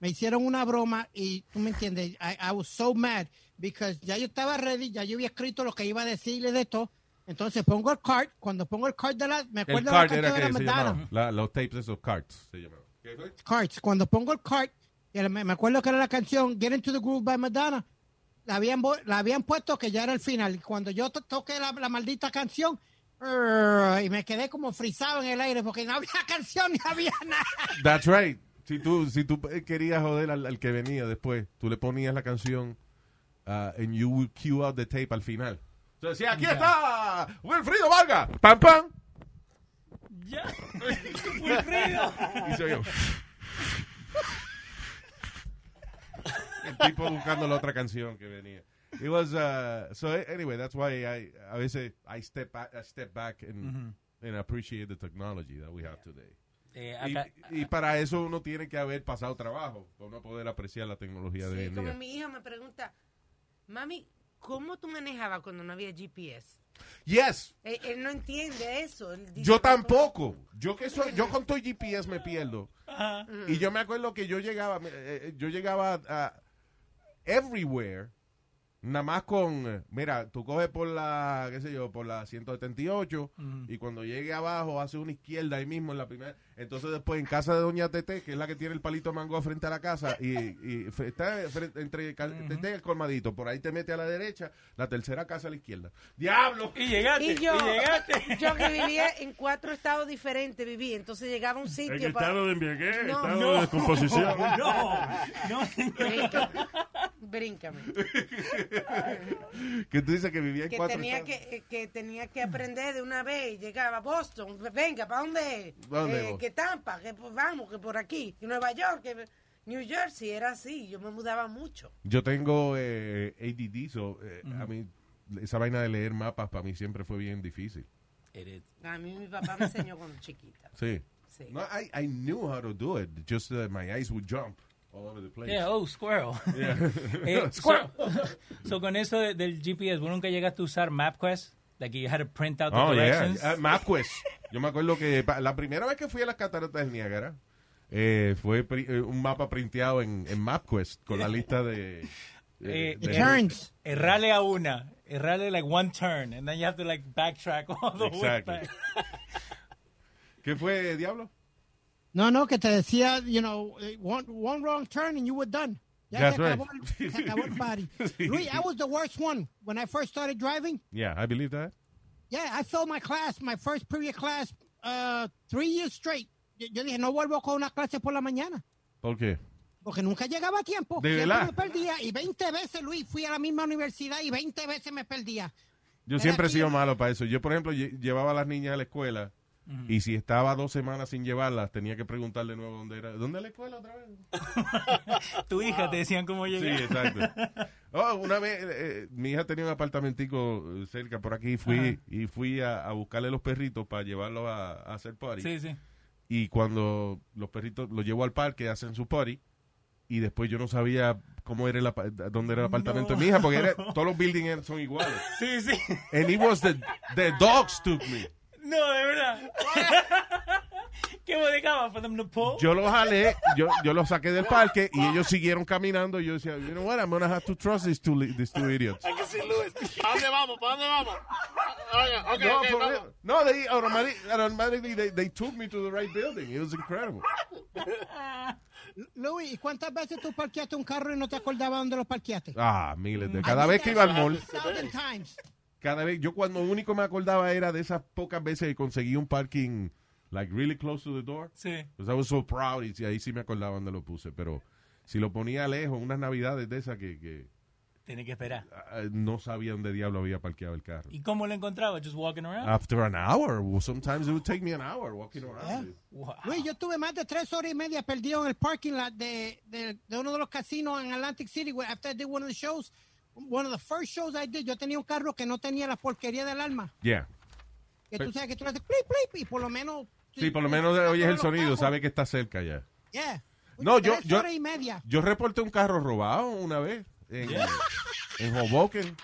[SPEAKER 9] me hicieron una broma y tú me entiendes, I, I was so mad because ya yo estaba ready, ya yo había escrito lo que iba a decirle de esto. Entonces pongo el card, cuando pongo el card de la,
[SPEAKER 4] El
[SPEAKER 9] me acuerdo de la
[SPEAKER 4] card
[SPEAKER 9] canción
[SPEAKER 4] era
[SPEAKER 9] de
[SPEAKER 4] que se
[SPEAKER 9] Madonna.
[SPEAKER 4] llamaba. La- los tapes, esos cards se llamaban. ¿Qué fue?
[SPEAKER 9] carts. Cuando pongo el cart, y el- me me acuerdo que era la canción Get Into the Groove by Madonna. La habían, bo- la habían puesto que ya era el final. Cuando yo to- toqué la, la maldita canción, err, y me quedé como frisado en el aire porque no había canción ni había nada.
[SPEAKER 4] That's right. Si tú, si tú eh, querías joder al, al que venía después, tú le ponías la canción uh, and you would cue out the tape al final. Entonces decía, aquí está Wilfrido Vargas. Pam, pam.
[SPEAKER 5] Ya. Wilfrido.
[SPEAKER 4] Y se oyó. El tipo buscando la otra canción que venía. It was, uh, so anyway, that's why I, a veces I step, ba- I step back and, and appreciate the technology that we have today.
[SPEAKER 5] Eh,
[SPEAKER 4] Y,
[SPEAKER 5] acá-
[SPEAKER 4] y para eso uno tiene que haber pasado trabajo, para uno poder apreciar la tecnología de hoy
[SPEAKER 7] Sí,
[SPEAKER 4] en
[SPEAKER 7] como
[SPEAKER 4] día.
[SPEAKER 7] mi hija me pregunta, mami, ¿cómo tú manejabas cuando no había GPS?
[SPEAKER 4] Yes,
[SPEAKER 7] Él, Eh, él no entiende eso. él dice,
[SPEAKER 4] yo tampoco. Yo que soy, yo con todo GPS me pierdo. Y yo me acuerdo que yo llegaba, eh, eh, yo llegaba a everywhere, nada más con, eh, mira, tú coges por la, qué sé yo, por la 178 y cuando llegue abajo hace una izquierda ahí mismo en la primera. Entonces después en casa de Doña Tete, que es la que tiene el palito de mango frente a la casa y, y fre- está frente- entre cal- Tete y el colmadito, por ahí te mete a la derecha, la tercera casa a la izquierda. Diablo.
[SPEAKER 5] y llegaste.
[SPEAKER 7] Y yo,
[SPEAKER 5] y llegaste.
[SPEAKER 7] yo que vivía en cuatro estados diferentes, viví, entonces llegaba a un
[SPEAKER 8] En
[SPEAKER 7] sitio para...
[SPEAKER 8] estado de embriaguez,
[SPEAKER 7] No.
[SPEAKER 8] estado
[SPEAKER 7] No.
[SPEAKER 8] de descomposición.
[SPEAKER 5] No, Oh, no, señor.
[SPEAKER 7] Bríncame. Bríncame.
[SPEAKER 4] Que tú dices que vivía en
[SPEAKER 7] Que
[SPEAKER 4] cuatro
[SPEAKER 7] tenía
[SPEAKER 4] estados.
[SPEAKER 7] que, que tenía que aprender de una vez. y Llegaba a Boston. Venga, ¿para dónde? es?
[SPEAKER 4] ¿Dónde
[SPEAKER 7] Eh,
[SPEAKER 4] vos?
[SPEAKER 7] que Tampa, que pues, vamos, que por aquí. Y Nueva York, que New Jersey. Era así. Yo me mudaba mucho.
[SPEAKER 4] Yo tengo eh, ADD, so, eh, a mí esa vaina de leer mapas para mí siempre fue bien difícil.
[SPEAKER 7] A mí mi papá me enseñó cuando chiquita.
[SPEAKER 4] Sí.
[SPEAKER 7] Sí.
[SPEAKER 4] No, I, I knew how to do it, just uh, my eyes would jump all over the place.
[SPEAKER 5] Yeah, oh, squirrel. Eh, squirrel. so, con eso de- del GPS, ¿vos nunca llegaste a usar MapQuest? Like you had to print out the
[SPEAKER 4] Oh, yeah.
[SPEAKER 5] directions?
[SPEAKER 4] Uh, MapQuest. Yo me acuerdo que pa- la primera vez que fui a las cataratas del Niágara eh, fue pri- eh, un mapa printeado en, en MapQuest con la lista de... de-
[SPEAKER 5] Eh,
[SPEAKER 4] de-
[SPEAKER 9] Turns.
[SPEAKER 5] Errale a una. Errale like one turn. And then you have to like backtrack all the way
[SPEAKER 4] Exactly.
[SPEAKER 5] back.
[SPEAKER 4] ¿Qué fue, Diablo?
[SPEAKER 9] No, no, que te decía, you know, eh, one, one wrong turn and you were done. Ya
[SPEAKER 4] That's
[SPEAKER 9] se acabó,
[SPEAKER 4] right.
[SPEAKER 9] el- se acabó el party.
[SPEAKER 4] Sí.
[SPEAKER 9] Luis, I was the worst one when I first started driving.
[SPEAKER 4] Yeah, I believe that.
[SPEAKER 9] Yeah, I failed my class, my first period class, uh, three years straight. Yo, yo dije, no vuelvo con una clase por la mañana.
[SPEAKER 4] ¿Por qué?
[SPEAKER 9] Porque nunca llegaba a tiempo.
[SPEAKER 4] ¿De
[SPEAKER 9] siempre
[SPEAKER 4] verdad?
[SPEAKER 9] me perdía. Y 20 veces, Luis, fui a la misma universidad y 20 veces me perdía.
[SPEAKER 4] Yo
[SPEAKER 9] Era
[SPEAKER 4] siempre he
[SPEAKER 9] aquí
[SPEAKER 4] sido
[SPEAKER 9] en-
[SPEAKER 4] malo para eso. Yo, por ejemplo, lle- llevaba a las niñas a la escuela y si estaba dos semanas sin llevarlas, tenía que preguntarle de nuevo dónde era. ¿Dónde es la escuela otra vez?
[SPEAKER 5] Tu hija te decían cómo
[SPEAKER 4] Sí,
[SPEAKER 5] llegar.
[SPEAKER 4] exacto. Oh, una vez, eh, eh, mi hija tenía un apartamentico eh, cerca por aquí y fui, y fui a, a buscarle los perritos para llevarlos a, a hacer party.
[SPEAKER 5] Sí, sí.
[SPEAKER 4] Y cuando los perritos los llevo al parque, hacen su party y después yo no sabía cómo era el, apa- dónde era el apartamento de mi hija porque era- todos los buildings eran- son iguales.
[SPEAKER 5] Sí, sí.
[SPEAKER 4] And it was the, the dogs took me.
[SPEAKER 5] No, de verdad. ¿Qué vos dejabas? For them to pull?
[SPEAKER 4] Yo los jalé, yo, yo los saqué del parque y ellos siguieron caminando y yo decía, you know what, I'm gonna have to trust these two, li- these two idiots.
[SPEAKER 6] Hay que ser Luis. ¿Para dónde vamos? ¿Para dónde vamos? Oiga, ok,
[SPEAKER 4] No,
[SPEAKER 6] ok,
[SPEAKER 4] for
[SPEAKER 6] vamos.
[SPEAKER 4] real. no they automatic, automatically they, they took me to the right building. It was incredible.
[SPEAKER 9] Luis, ¿y cuántas veces tú parqueaste un carro y no te acordabas dónde lo parqueaste?
[SPEAKER 4] Ah, miles de.
[SPEAKER 9] I
[SPEAKER 4] Cada
[SPEAKER 9] did
[SPEAKER 4] vez
[SPEAKER 9] that
[SPEAKER 4] que iba al mall,
[SPEAKER 9] 1,000 times.
[SPEAKER 4] cada vez, yo cuando único me acordaba era de esas pocas veces que conseguí un parking like really close to the door.
[SPEAKER 5] Sí.
[SPEAKER 4] Because I was so proud. Y ahí sí me acordaba dónde lo puse. Pero si lo ponía lejos, unas navidades de esas que, que
[SPEAKER 5] Tiene que esperar.
[SPEAKER 4] ah, no sabía dónde diablo había parqueado el carro.
[SPEAKER 5] ¿Y cómo lo encontraba? Just walking around.
[SPEAKER 4] Uh, After an hour, well, sometimes it would take me an hour walking around.
[SPEAKER 5] Wow.
[SPEAKER 9] Luis, yo estuve más de tres horas y media perdido en el parking lot de, de, de uno de los casinos en Atlantic City. Where after I did one of the shows, one of the first shows I did, yo tenía un carro que no tenía la porquería del alma.
[SPEAKER 4] Yeah.
[SPEAKER 9] Que
[SPEAKER 4] Pero-
[SPEAKER 9] tú sabes que tú le haces plip, plip, y por lo menos...
[SPEAKER 4] Sí, por lo menos oyes el sonido, sabe que está cerca ya.
[SPEAKER 9] Yeah.
[SPEAKER 4] No, yo-
[SPEAKER 9] Tres
[SPEAKER 4] yo-
[SPEAKER 9] horas y media.
[SPEAKER 4] Yo reporté un carro robado una vez en, en Hoboken.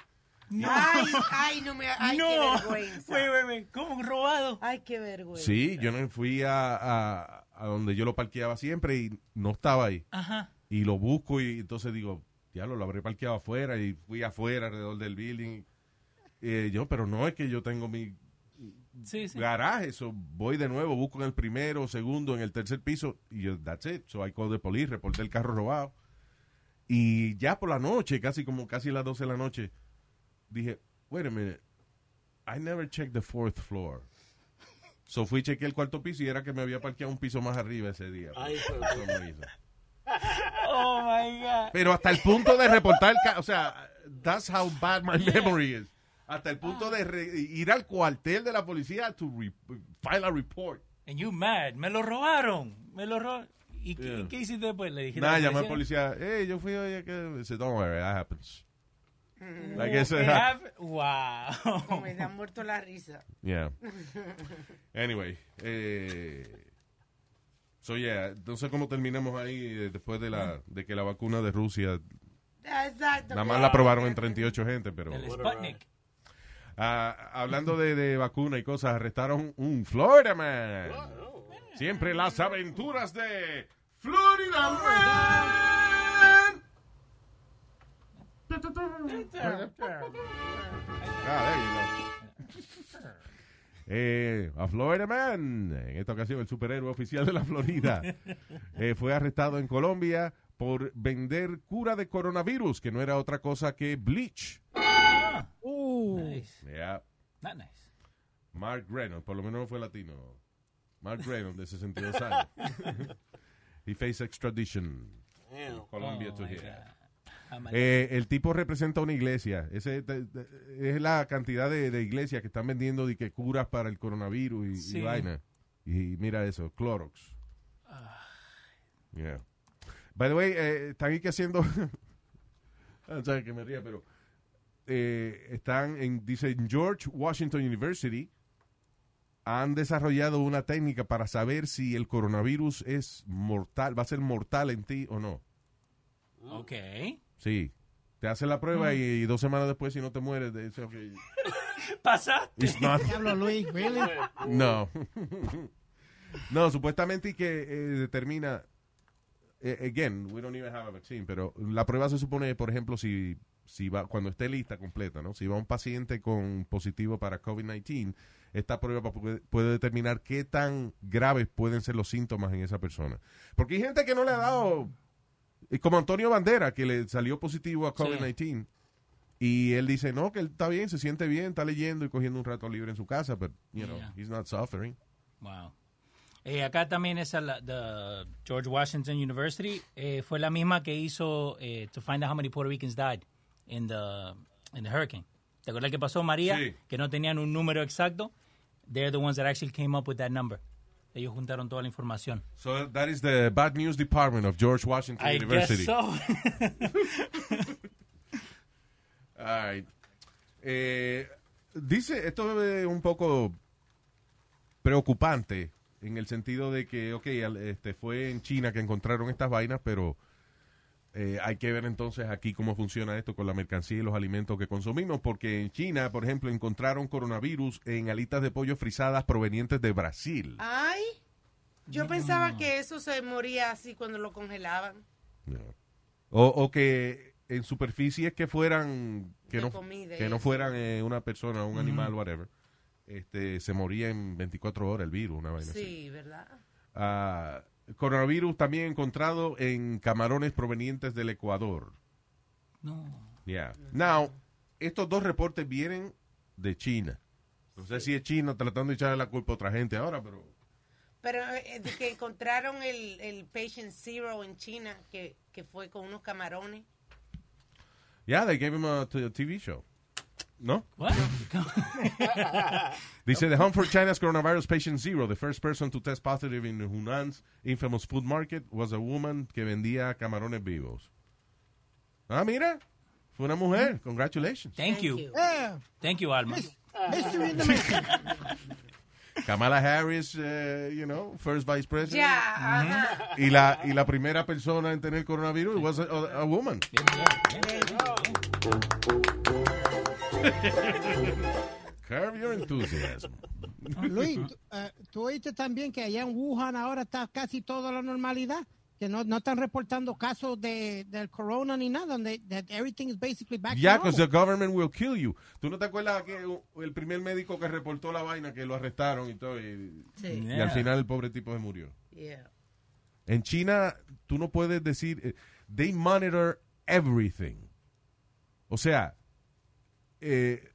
[SPEAKER 7] Ay, ay, no me. Ay, qué
[SPEAKER 5] no.
[SPEAKER 7] vergüenza.
[SPEAKER 5] Wait, wait, wait. ¿Cómo robado?
[SPEAKER 7] Ay, qué vergüenza.
[SPEAKER 4] Sí, yo no fui a, a- a donde yo lo parqueaba siempre y no estaba ahí.
[SPEAKER 5] Ajá.
[SPEAKER 4] Y lo busco y entonces digo, diablo, lo habré parqueado afuera y fui afuera alrededor del building. Eh, yo, pero no es que yo tengo mi
[SPEAKER 5] Sí, sí.
[SPEAKER 4] garaje, eso voy de nuevo, busco en el primero, segundo, en el tercer piso y yo, that's it. So I called the police, reporté el carro robado. Y ya por la noche, casi como casi las 12 de la noche, dije, wait a minute, I never checked the fourth floor. So fui, chequeé el cuarto piso y era que me había parqueado un piso más arriba ese día.
[SPEAKER 6] Ay,
[SPEAKER 4] Por
[SPEAKER 6] hijo de
[SPEAKER 4] eso me hizo.
[SPEAKER 5] Oh, my God.
[SPEAKER 4] Pero hasta el punto de reportar, ca- o sea, that's how bad my memory is. Hasta el punto de re- ir al cuartel de la policía to re- file a report.
[SPEAKER 5] And you mad. Me lo robaron. Me lo robaron. ¿Y qué-
[SPEAKER 4] Yeah.
[SPEAKER 5] qué hiciste después? Le dijiste
[SPEAKER 4] Nada,
[SPEAKER 5] a la
[SPEAKER 4] llamé al policía. Hey, yo fui hoy. Que... Dice, don't worry, that happens. Like
[SPEAKER 5] Wow.
[SPEAKER 4] eso
[SPEAKER 5] They
[SPEAKER 4] es-
[SPEAKER 5] have- Wow.
[SPEAKER 7] Me han muerto la risa.
[SPEAKER 4] Yeah. Anyway. Eh... So, yeah. No sé cómo terminamos ahí eh, después de, la, de que la vacuna de Rusia,
[SPEAKER 7] Exacto.
[SPEAKER 4] nada más la aprobaron en 38 gente, pero...
[SPEAKER 5] El Sputnik.
[SPEAKER 4] Ah, hablando de, de vacuna y cosas, arrestaron un Florida man. Siempre las aventuras de Florida man. Ah, there you go. Eh, a Florida Man, en esta ocasión el superhéroe oficial de la Florida, eh, fue arrestado en Colombia por vender cura de coronavirus, que no era otra cosa que bleach.
[SPEAKER 5] Nice.
[SPEAKER 4] Yeah.
[SPEAKER 5] Not nice.
[SPEAKER 4] Mark Reynolds, por lo menos no fue latino. Mark Reynolds, de 62 años. He faced extradition.
[SPEAKER 6] Damn.
[SPEAKER 4] Colombia to
[SPEAKER 5] Oh, my
[SPEAKER 4] here.
[SPEAKER 5] God. I'm a-
[SPEAKER 4] Eh, el tipo representa una iglesia. Ese, te- te- es la cantidad de, de iglesias que están vendiendo de que curas para el coronavirus y, y
[SPEAKER 5] Sí.
[SPEAKER 4] vaina. Y mira eso, Clorox. Yeah. By the way, eh, están aquí haciendo... Ah, no sabes que me ría, pero... eh, están en, dice, en George Washington University han desarrollado una técnica para saber si el coronavirus es mortal, va a ser mortal en ti o no.
[SPEAKER 5] Ok.
[SPEAKER 4] Sí. Te hacen la prueba y, y dos semanas después, si no te mueres, de eso que-
[SPEAKER 5] Pasaste.
[SPEAKER 4] It's not-
[SPEAKER 9] Diablo, Luis, really?
[SPEAKER 4] No. no, supuestamente y que eh, determina. eh, again, we don't even have a vaccine, pero la prueba se supone, por ejemplo, si, si va, cuando esté lista completa, ¿no? Si va un paciente con positivo para COVID-19, esta prueba pa- puede, puede determinar qué tan graves pueden ser los síntomas en esa persona. Porque hay gente que no le ha dado. eh, Como Antonio Bandera, que le salió positivo a COVID-19. Y él dice, no, que él está bien, se siente bien, está leyendo y cogiendo un rato libre en su casa, pero, you know,
[SPEAKER 5] Yeah.
[SPEAKER 4] he's not suffering.
[SPEAKER 5] Wow. Eh, acá también es la the George Washington University. eh, fue la misma que hizo eh, To Find Out How Many Puerto Ricans Died in the, in the Hurricane. ¿Te acuerdas que pasó María?
[SPEAKER 4] Sí.
[SPEAKER 5] Que no tenían un número exacto. They're the ones that actually came up with that number. Ellos juntaron toda la información.
[SPEAKER 4] So that is the bad news department of George Washington
[SPEAKER 5] I
[SPEAKER 4] University.
[SPEAKER 5] guess so.
[SPEAKER 4] All right. Eh, dice, esto es un poco preocupante en el sentido de que, ok, al- este, fue en China que encontraron estas vainas, pero eh, hay que ver entonces aquí cómo funciona esto con la mercancía y los alimentos que consumimos, porque en China, por ejemplo, encontraron coronavirus en alitas de pollo frisadas provenientes de Brasil.
[SPEAKER 7] Ay, yo pensaba que eso se moría así cuando lo congelaban.
[SPEAKER 4] No. O, o que en superficies que fueran que
[SPEAKER 7] De
[SPEAKER 4] no,
[SPEAKER 7] comida y
[SPEAKER 4] que no
[SPEAKER 7] eso.
[SPEAKER 4] fueran eh, una persona, un animal, whatever, este, se moría en 24 horas el virus, una vaina así.
[SPEAKER 7] Sí, ¿verdad?
[SPEAKER 4] Ah, coronavirus también encontrado en camarones provenientes del Ecuador.
[SPEAKER 5] no.
[SPEAKER 4] Yeah. Now, estos dos reportes vienen de China. No sé si es China tratando de echarle la culpa a otra gente ahora, pero
[SPEAKER 7] Pero eh, de que encontraron el, el patient zero en China, que, que fue con unos camarones.
[SPEAKER 4] Yeah, they gave him a, t- a TV show. No?
[SPEAKER 5] What?
[SPEAKER 4] They said the home for China's coronavirus patient zero, the first person to test positive in Hunan's infamous food market, was a woman que vendía camarones vivos. Ah, mira. Fue una mujer. Congratulations.
[SPEAKER 5] Mm. Thank you.
[SPEAKER 9] Yeah.
[SPEAKER 5] Thank you, Alma.
[SPEAKER 9] Mystery in the making.
[SPEAKER 4] Kamala Harris, eh, you know, first vice president.
[SPEAKER 7] Ya, ajá.
[SPEAKER 4] Y la, y la primera persona en tener coronavirus was a, a- a woman.
[SPEAKER 5] Bien, bien, bien.
[SPEAKER 4] Curve your enthusiasm.
[SPEAKER 9] Luis, tú, eh, tú oíste también que allá en Wuhan ahora está casi toda la normalidad, que no, no están reportando casos de, del corona ni nada, donde that everything is basically
[SPEAKER 7] Ah,
[SPEAKER 9] back to
[SPEAKER 4] Yeah,
[SPEAKER 9] normal.
[SPEAKER 4] because the government will kill you. ¿Tú no te acuerdas que el primer médico que reportó la vaina, que lo arrestaron y todo, y,
[SPEAKER 7] Sí.
[SPEAKER 5] Mm-hmm.
[SPEAKER 4] y al final el pobre tipo se murió?
[SPEAKER 7] Yeah.
[SPEAKER 4] En China, tú no puedes decir, eh, they monitor everything. O sea, eh,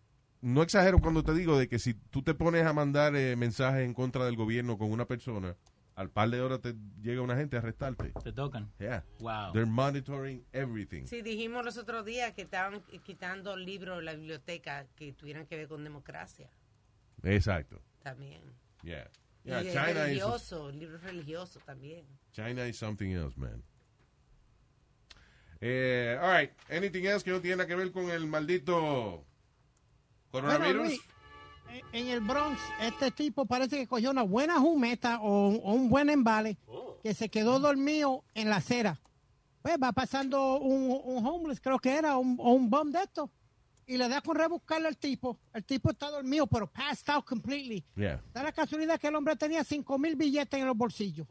[SPEAKER 4] no exagero cuando te digo de que si tú te pones a mandar eh, mensajes en contra del gobierno con una persona, al par de horas te llega una gente a arrestarte.
[SPEAKER 5] Te tocan.
[SPEAKER 4] Yeah.
[SPEAKER 5] Wow.
[SPEAKER 4] They're monitoring everything.
[SPEAKER 7] Sí, dijimos los otros días que estaban quitando libros de la biblioteca que tuvieran que ver con democracia
[SPEAKER 4] Exacto.
[SPEAKER 7] también.
[SPEAKER 4] Yeah. Yeah,
[SPEAKER 7] y eh,
[SPEAKER 4] China is,
[SPEAKER 7] religioso, libros religiosos también.
[SPEAKER 4] China is something else, man. Eh, all right. Anything else que no tiene que ver con el maldito
[SPEAKER 9] Bueno,
[SPEAKER 4] coronavirus?
[SPEAKER 9] Luis, en- en el Bronx, este tipo parece que cogió una buena jumeta o, un- o un buen embale que se quedó dormido en la acera. Pues va pasando un, un homeless, creo que era, un- o un bum de esto, y le da con rebuscarle al tipo. El tipo está dormido, pero passed out completely.
[SPEAKER 4] Yeah.
[SPEAKER 9] Da la casualidad que el hombre tenía 5 mil billetes en los bolsillos.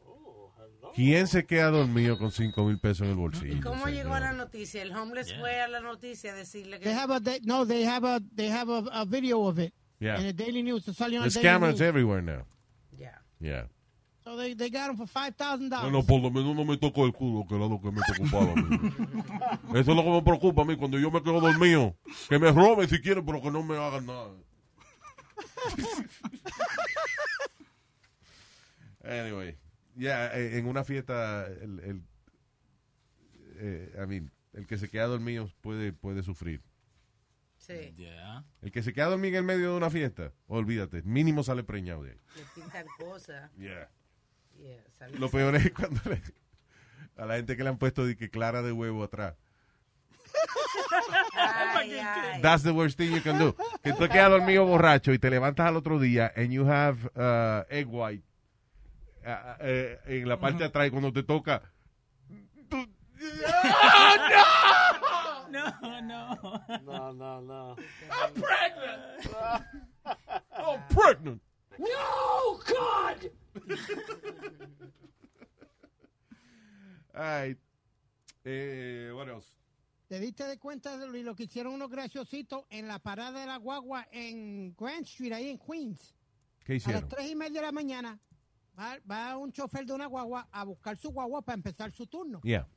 [SPEAKER 4] ¿Quién se queda dormido con 5 mil pesos en el bolsillo?
[SPEAKER 7] ¿Y cómo llegó
[SPEAKER 4] señor?
[SPEAKER 7] a la noticia? El homeless fue a la noticia a decirle que...
[SPEAKER 9] They have a, they- no, they have a, they have a, a video of it.
[SPEAKER 4] Yeah. eh.
[SPEAKER 9] In the Daily News. It's only on
[SPEAKER 4] There's
[SPEAKER 9] Daily
[SPEAKER 4] cameras
[SPEAKER 9] News.
[SPEAKER 4] everywhere now.
[SPEAKER 7] Ya.
[SPEAKER 4] Yeah.
[SPEAKER 9] So they, they got him for $5,000.
[SPEAKER 4] por lo menos no me tocó el culo, que era lo que me preocupaba. a mí. Eso es lo que me preocupa a mí cuando yo me quedo dormido. Que me roben si quieren, pero que no me hagan nada. anyway, yeah, eh, en una fiesta, el, el, eh, I mean, el que se queda dormido puede, puede sufrir.
[SPEAKER 7] Sí,
[SPEAKER 5] Yeah.
[SPEAKER 4] El que se queda dormido en el medio de una fiesta, olvídate, mínimo sale preñado de ahí.
[SPEAKER 7] le pintan cosas. Yeah, sale-
[SPEAKER 4] Lo peor es cuando le- a la gente que le han puesto de que clara de huevo atrás.
[SPEAKER 7] Ay, ay.
[SPEAKER 4] That's the worst thing you can do. Que tú te quedas dormido borracho y te levantas al otro día and you have uh, egg white uh, uh, eh, en la parte de atrás y cuando te toca. tú-
[SPEAKER 5] No, no.
[SPEAKER 6] No, no, no.
[SPEAKER 4] I'm pregnant. No, God. All right. Eh, what else?
[SPEAKER 9] ¿Te diste de cuenta de lo- lo que hicieron unos graciositos en la parada de la guagua en Grand Street, ahí en Queens?
[SPEAKER 4] ¿Qué
[SPEAKER 9] A las
[SPEAKER 4] hicieron?
[SPEAKER 9] tres y media de la mañana va, va un chofer de una guagua a buscar su guagua para empezar su turno.
[SPEAKER 4] Yeah.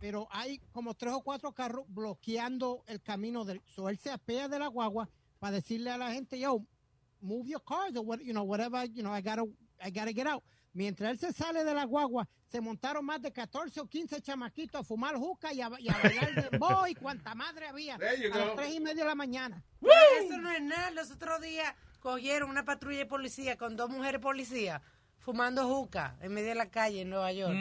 [SPEAKER 9] Pero hay como tres o cuatro carros bloqueando el camino del... So él se apea de la guagua para decirle a la gente, yo, move your cars or what, you know, whatever, you know, I gotta, I gotta get out. Mientras él se sale de la guagua, se montaron más de 14 o 15 chamaquitos a fumar juca y a, y a bailar dembow y cuanta madre había
[SPEAKER 4] There you
[SPEAKER 9] a las
[SPEAKER 4] go.
[SPEAKER 9] tres y media de la mañana.
[SPEAKER 7] Eso no es nada. Los otros días cogieron una patrulla de policía con dos mujeres policías fumando juca en medio de la calle en Nueva York.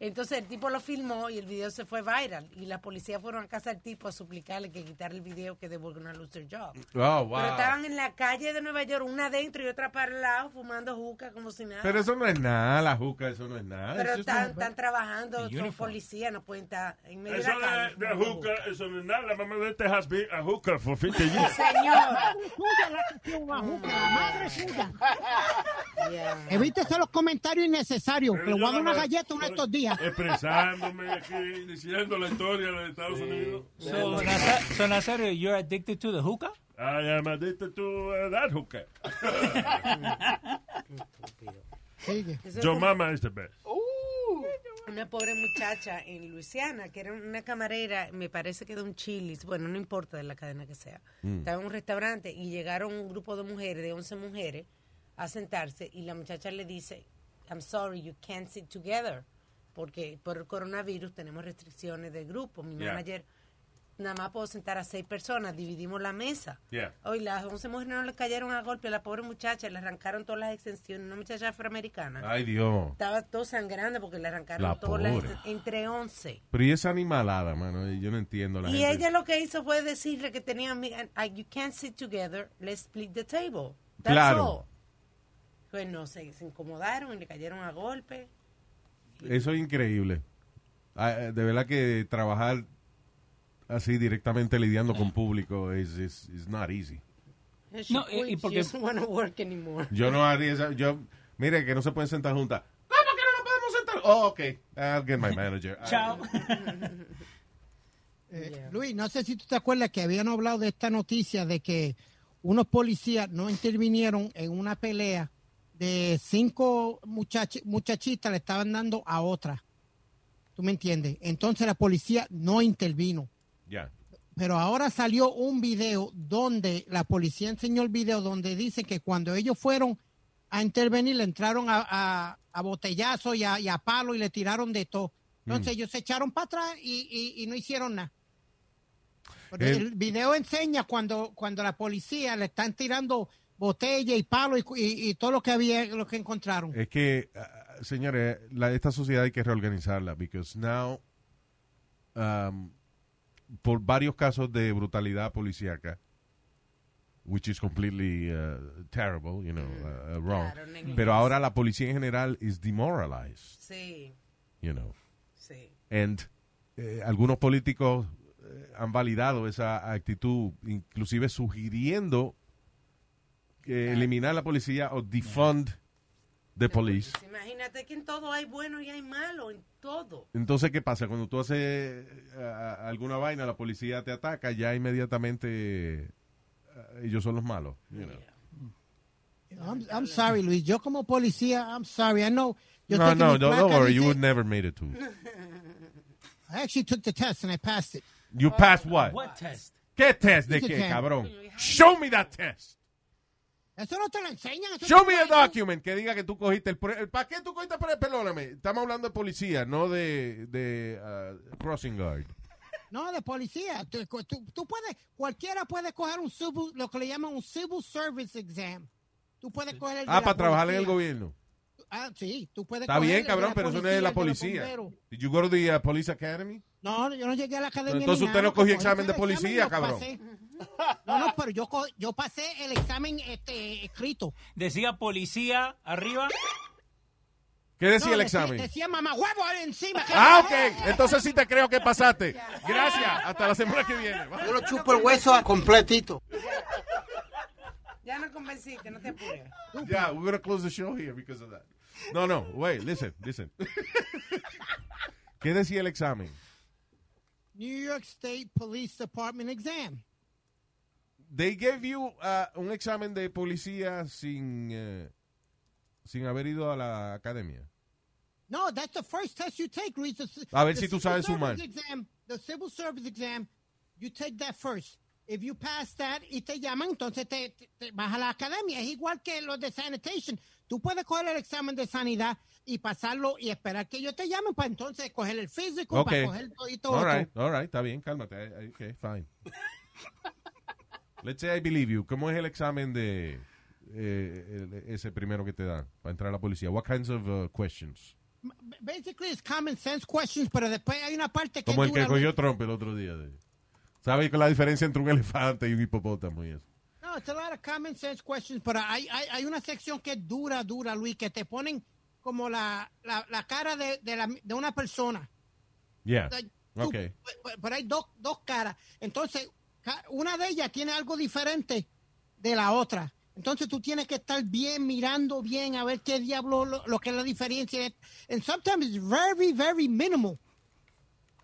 [SPEAKER 7] Entonces el tipo lo filmó y el video se fue viral. Y la policía fueron a casa del tipo a suplicarle que quitara el video que they were gonna lose their job.
[SPEAKER 4] Oh, wow.
[SPEAKER 7] Pero estaban en la calle de Nueva York, una adentro y otra para el lado, fumando juca como si nada.
[SPEAKER 4] Pero eso no es nada, la juca, eso no es nada.
[SPEAKER 7] Pero
[SPEAKER 4] It's just
[SPEAKER 7] están,
[SPEAKER 4] a-
[SPEAKER 7] están trabajando,
[SPEAKER 5] The
[SPEAKER 7] son
[SPEAKER 5] uniform.
[SPEAKER 7] policías, no pueden estar en medio de
[SPEAKER 8] Eso
[SPEAKER 7] la calle.
[SPEAKER 8] de, de
[SPEAKER 7] fumando
[SPEAKER 8] hookah, eso no es nada. La mamá de este has been a hookah for 50 years.
[SPEAKER 7] Señor.
[SPEAKER 9] Suya la que fuma juca, la madre suya.
[SPEAKER 7] Yeah.
[SPEAKER 9] Evítese los comentarios innecesarios. Le
[SPEAKER 8] Pero eh,
[SPEAKER 9] voy a
[SPEAKER 8] yo
[SPEAKER 9] dar una
[SPEAKER 8] no me-
[SPEAKER 9] galleta uno de estos días.
[SPEAKER 8] Expresándome aquí, diciendo la historia de Estados Unidos.
[SPEAKER 5] So, Naza- so Nazario, you're addicted to the hookah?
[SPEAKER 8] I am addicted to uh, that hookah.
[SPEAKER 9] Sigue.
[SPEAKER 7] Eso es
[SPEAKER 8] Your
[SPEAKER 7] como-
[SPEAKER 8] mama is the best.
[SPEAKER 7] una pobre muchacha en Luisiana, que era una camarera, me parece que de un Chili's, bueno, no importa de la cadena que sea.
[SPEAKER 4] Mm.
[SPEAKER 7] Estaba en un restaurante y llegaron un grupo de mujeres, de 11 mujeres, a sentarse y la muchacha le dice, I'm sorry, you can't sit together. Porque por el coronavirus tenemos restricciones de grupo. Mi
[SPEAKER 4] Yeah.
[SPEAKER 7] manager, nada más puedo sentar a seis personas, dividimos la mesa.
[SPEAKER 4] Yeah.
[SPEAKER 7] Hoy las 11 mujeres no le cayeron a golpe, a la pobre muchacha, le arrancaron todas las extensiones, una muchacha afroamericana.
[SPEAKER 4] Ay, Dios.
[SPEAKER 7] Estaba todo sangrando porque le arrancaron
[SPEAKER 4] La
[SPEAKER 7] todas las
[SPEAKER 4] pobre.
[SPEAKER 7] exten- entre 11.
[SPEAKER 4] Pero y esa animalada, mano, yo no entiendo la
[SPEAKER 7] Y
[SPEAKER 4] gente.
[SPEAKER 7] ella lo que hizo fue decirle que tenía amigas, you can't sit together, let's split the table. That's
[SPEAKER 4] Claro.
[SPEAKER 7] all. Pues no sé, se incomodaron y le cayeron a golpe.
[SPEAKER 4] Eso es increíble. Ah, eh, De verdad que trabajar así directamente lidiando con público es is, is not easy.
[SPEAKER 7] She
[SPEAKER 5] No, y- y
[SPEAKER 7] quit, she
[SPEAKER 5] porque-
[SPEAKER 7] doesn't wanna work anymore.
[SPEAKER 4] Yo no haría esa, yo, mire que no se pueden sentar juntas. ¿Cómo que no nos podemos sentar? Oh, ok. I'll get my manager.
[SPEAKER 5] Chao.
[SPEAKER 9] Eh,
[SPEAKER 7] Yeah.
[SPEAKER 9] Luis, no sé si tú te acuerdas que habían hablado de esta noticia de que unos policías no intervinieron en una pelea de cinco muchach- muchachitas le estaban dando a otra. ¿Tú me entiendes? Entonces la policía no intervino.
[SPEAKER 4] Ya.
[SPEAKER 9] Pero ahora salió un video donde la policía enseñó el video donde dice que cuando ellos fueron a intervenir le entraron a, a, a botellazo y a, y a palo y le tiraron de todo. Entonces
[SPEAKER 4] Mm.
[SPEAKER 9] ellos se echaron para atrás y, y- y no hicieron nada. Porque
[SPEAKER 4] El-
[SPEAKER 9] el, video enseña cuando, cuando la policía le están tirando botella y palo y, cu- y- y todo lo que había, lo que encontraron.
[SPEAKER 4] Es que, ah, señores, la, esta sociedad hay que reorganizarla, because now, um, por varios casos de brutalidad policíaca, which is completely uh, terrible, you know, uh, uh, wrong.
[SPEAKER 7] claro, negro.
[SPEAKER 4] Pero ahora la policía en general is demoralized,
[SPEAKER 7] Sí,
[SPEAKER 4] you know.
[SPEAKER 7] sí.
[SPEAKER 4] And eh, algunos políticos eh, han validado esa actitud, inclusive sugiriendo que eliminar la policía o defund the police.
[SPEAKER 7] Pues Imagínate que en todo hay bueno y hay malo, en todo.
[SPEAKER 4] Entonces, ¿qué pasa? Cuando tú haces eh, a- alguna vaina, la policía te ataca, ya inmediatamente eh, ellos son los malos. you know.
[SPEAKER 9] I'm, I'm sorry, Luis. Yo como policía, I'm sorry. I know. Yo
[SPEAKER 4] No,
[SPEAKER 9] sé que
[SPEAKER 4] no,
[SPEAKER 9] mi
[SPEAKER 4] no,
[SPEAKER 9] placa
[SPEAKER 4] don't worry,
[SPEAKER 9] dice-
[SPEAKER 4] you would never made it to.
[SPEAKER 9] I actually took the test and I passed it.
[SPEAKER 4] You passed what?
[SPEAKER 5] What test?
[SPEAKER 4] ¿Qué test de
[SPEAKER 9] Oh. Dice
[SPEAKER 4] qué,
[SPEAKER 9] que-
[SPEAKER 4] cabrón? Show me that test.
[SPEAKER 9] Eso no te lo enseñan. eso
[SPEAKER 4] Show
[SPEAKER 9] te
[SPEAKER 4] me
[SPEAKER 9] lo
[SPEAKER 4] a
[SPEAKER 9] dicen.
[SPEAKER 4] document que diga que tú cogiste el... pre- el- ¿Para qué tú cogiste el... pre- Perdóname, estamos hablando de policía, no de, de ah, crossing guard.
[SPEAKER 9] No, de policía. Tú, tú- tú puedes, cualquiera puede coger un civil, lo que le llaman un civil service exam. Tú puedes coger el de
[SPEAKER 4] Ah,
[SPEAKER 9] la
[SPEAKER 4] para trabajar en el
[SPEAKER 9] policía.
[SPEAKER 4] gobierno.
[SPEAKER 9] Ah, sí, tú puedes
[SPEAKER 4] Está
[SPEAKER 9] coger
[SPEAKER 4] bien,
[SPEAKER 9] el de
[SPEAKER 4] cabrón,
[SPEAKER 9] la
[SPEAKER 4] pero eso no es de
[SPEAKER 9] el
[SPEAKER 4] la
[SPEAKER 9] de los
[SPEAKER 4] policía.
[SPEAKER 9] bomberos.
[SPEAKER 4] Did you go to the ah, police academy?
[SPEAKER 9] No, yo no llegué a la academia.
[SPEAKER 4] Entonces
[SPEAKER 9] ni
[SPEAKER 4] usted
[SPEAKER 9] nada,
[SPEAKER 4] no cogió
[SPEAKER 9] yo cogí
[SPEAKER 4] examen de
[SPEAKER 9] el y
[SPEAKER 4] policía,
[SPEAKER 9] lo
[SPEAKER 4] cabrón.
[SPEAKER 9] pasé. No, no, pero yo, co- yo pasé el examen este, escrito.
[SPEAKER 5] Decía policía arriba.
[SPEAKER 4] ¿Qué decía
[SPEAKER 9] No,
[SPEAKER 4] el
[SPEAKER 9] decía-
[SPEAKER 4] examen?
[SPEAKER 9] Decía mamá huevo encima. que-
[SPEAKER 4] Ah, ok. Entonces sí te creo que pasaste. Gracias. Hasta la semana que viene. Bye.
[SPEAKER 10] Yo lo chupo el hueso a completito.
[SPEAKER 7] Ya no convenciste, no te apures.
[SPEAKER 4] Yeah, we're gonna close the show here because of that. No, no. Wait, listen, listen. ¿Qué decía el examen?
[SPEAKER 9] New York State Police Department exam.
[SPEAKER 4] They gave you uh, un examen de policía sin eh, sin haber ido a la academia.
[SPEAKER 9] No, that's the first test you take, Luis. The-
[SPEAKER 4] A ver
[SPEAKER 9] the
[SPEAKER 4] si tú
[SPEAKER 9] civil
[SPEAKER 4] sabes
[SPEAKER 9] service
[SPEAKER 4] sumar.
[SPEAKER 9] Exam, the civil service exam, you take that first. If you pass that y te llaman, entonces te, te- te vas a la academia. Es igual que los de sanitation. Tú puedes coger el examen de sanidad y pasarlo y esperar que ellos te llamen para entonces coger el físico,
[SPEAKER 4] Ok.
[SPEAKER 9] para coger todo y todo.
[SPEAKER 4] All right, all right. Está bien, cálmate. eh, I- I- Okay, fine. Let's say I believe you. ¿Cómo es el examen de eh, el- ese primero que te dan para entrar a la policía? What kinds of uh, questions?
[SPEAKER 9] Basically, it's common sense questions, pero después hay una parte que.
[SPEAKER 4] Como el que
[SPEAKER 9] dura, Luis.
[SPEAKER 4] cogió Trump el otro día. De, ¿Sabes la diferencia entre un elefante y un hipopótamo? Y eso?
[SPEAKER 9] No, it's a lot of common sense questions, pero hay, hay, hay una sección que es dura, dura, Luis, que te ponen como la, la, la cara de, de, la- de una persona.
[SPEAKER 4] Yeah.
[SPEAKER 9] Like, tú-
[SPEAKER 4] Okay.
[SPEAKER 9] pe- Pero hay dos, dos caras. Entonces, ca- una de ellas tiene algo diferente de la otra. Entonces tú tienes que estar bien, mirando bien, a ver qué diablo, lo, lo que es la diferencia. And sometimes it's very, very minimal.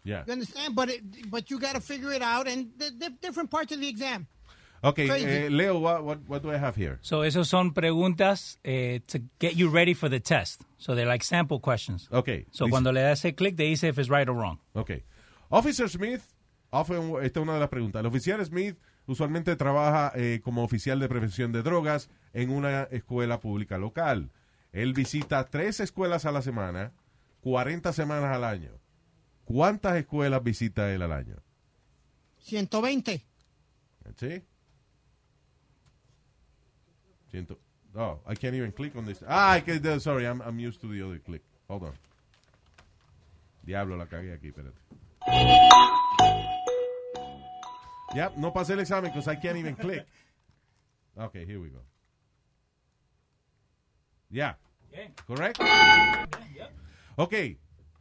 [SPEAKER 4] Yeah.
[SPEAKER 9] You understand? But, it, but you got to figure it out. And the, the different parts of the exam.
[SPEAKER 4] Okay,
[SPEAKER 9] Crazy.
[SPEAKER 4] eh, Leo, what, what, what do I have here?
[SPEAKER 5] So esos son preguntas eh, to get you ready for the test. So they're like sample questions.
[SPEAKER 4] Okay.
[SPEAKER 5] So
[SPEAKER 4] dice-
[SPEAKER 5] cuando le das el click, te dice if it's right or wrong.
[SPEAKER 4] Ok. Officer Smith, often- esta es una de las preguntas. El oficial Smith usualmente trabaja eh, como oficial de prevención de drogas en una escuela pública local. Él visita tres escuelas a la semana, 40 semanas al año. ¿Cuántas escuelas visita él al año?
[SPEAKER 9] 120.
[SPEAKER 4] ¿Sí? Ciento... Oh, I can't even click on this. Ah, I can, sorry, I'm, I'm used to the other click. Hold on. Diablo, la cagué aquí, espérate. Yep, no pasé el examen because I can't even click. Okay, here we go. Yeah. Correct? Ok.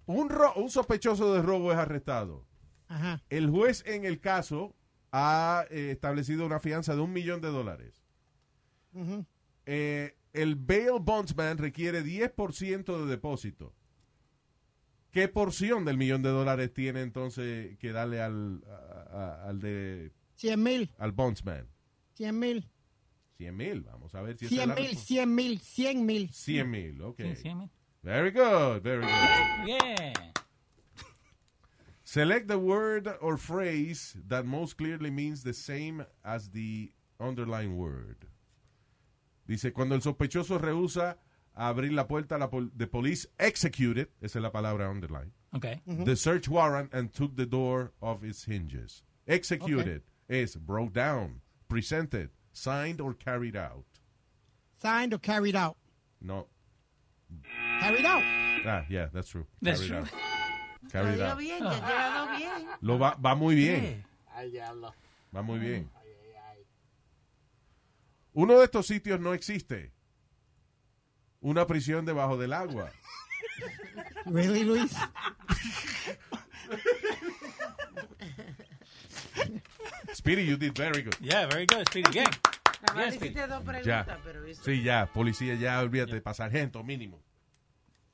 [SPEAKER 4] Un, ro- un sospechoso de robo es arrestado.
[SPEAKER 9] Ajá.
[SPEAKER 4] El juez en el caso ha eh, establecido una fianza de un millón de dólares.
[SPEAKER 9] Ujú.
[SPEAKER 4] Eh, el bail bondsman requiere 10% de depósito. ¿Qué porción del millón de dólares tiene entonces que darle al, a- a- al de
[SPEAKER 9] 100 mil,
[SPEAKER 4] al bondsman?
[SPEAKER 9] 100 mil,
[SPEAKER 4] 100 mil, vamos a ver si esa es
[SPEAKER 9] 100
[SPEAKER 4] la
[SPEAKER 9] mil,
[SPEAKER 4] respuesta.
[SPEAKER 9] 100 mil, 100 mil.
[SPEAKER 4] 100 mil, ok.
[SPEAKER 5] Sí, sí, mira.
[SPEAKER 4] Very good, very good.
[SPEAKER 5] Bien.
[SPEAKER 4] Select the word or phrase that most clearly means the same as the underlying word. Dice, cuando el sospechoso rehúsa abrir la puerta, la pol- the police executed, esa es la palabra underline,
[SPEAKER 5] Ok.
[SPEAKER 4] the search warrant and took the door off its hinges. Executed es broke down, presented, signed or carried out.
[SPEAKER 9] Signed or carried out.
[SPEAKER 4] No.
[SPEAKER 9] Carried out.
[SPEAKER 4] Ah, yeah, that's true.
[SPEAKER 5] That's
[SPEAKER 4] Carried
[SPEAKER 5] true.
[SPEAKER 4] out.
[SPEAKER 7] Lo
[SPEAKER 4] Carried
[SPEAKER 7] dio
[SPEAKER 4] out.
[SPEAKER 7] bien, ya ha llegado bien.
[SPEAKER 5] Ah.
[SPEAKER 4] Lo va, va muy bien.
[SPEAKER 6] Ay, diablo.
[SPEAKER 4] Va muy bien. Uno de estos sitios no existe. Una prisión debajo del agua.
[SPEAKER 9] Really, Luis?
[SPEAKER 4] Speedy, you did very good.
[SPEAKER 5] Yeah, very good. Speedy, bien.
[SPEAKER 7] Nada más
[SPEAKER 5] Yes,
[SPEAKER 7] le hiciste dos preguntas,
[SPEAKER 4] Ya.
[SPEAKER 7] pero eso.
[SPEAKER 4] Sí, ya, policía, ya, olvídate, para sargento mínimo.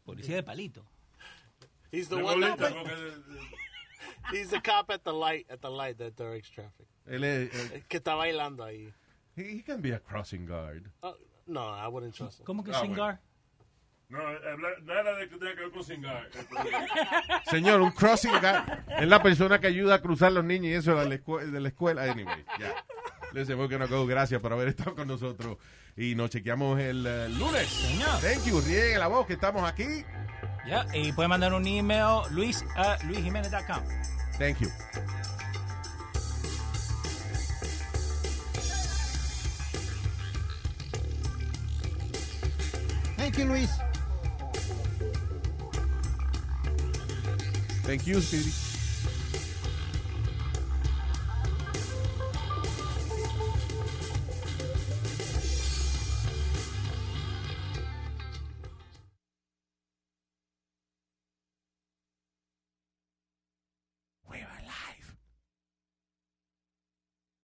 [SPEAKER 5] Policía de palito.
[SPEAKER 6] He's the
[SPEAKER 8] De
[SPEAKER 6] one. That,
[SPEAKER 8] bolita, ¿no? Que-
[SPEAKER 6] he's the cop at the light. At the light that directs traffic.
[SPEAKER 4] Él es, eh,
[SPEAKER 6] Que está bailando ahí.
[SPEAKER 4] he, he can be a crossing guard.
[SPEAKER 6] Oh, no, I wouldn't trust him.
[SPEAKER 5] ¿Cómo que
[SPEAKER 4] Ah,
[SPEAKER 5] singar?
[SPEAKER 8] No, habla- nada de que tenga que ver con cingar.
[SPEAKER 4] Señor, un crossing guard es la persona que ayuda a cruzar los niños y eso de la, escue- de la escuela. Anyway, ya. Les digo que no go. Gracias por haber estado con nosotros. Y nos chequeamos el eh, lunes.
[SPEAKER 5] Señor.
[SPEAKER 4] Thank you. Riegue la voz que estamos aquí.
[SPEAKER 5] Ya, y puede mandar un email luis a luisjimenez.com.
[SPEAKER 4] Thank you.
[SPEAKER 9] Thank you, Luis.
[SPEAKER 4] Thank you, Speedy.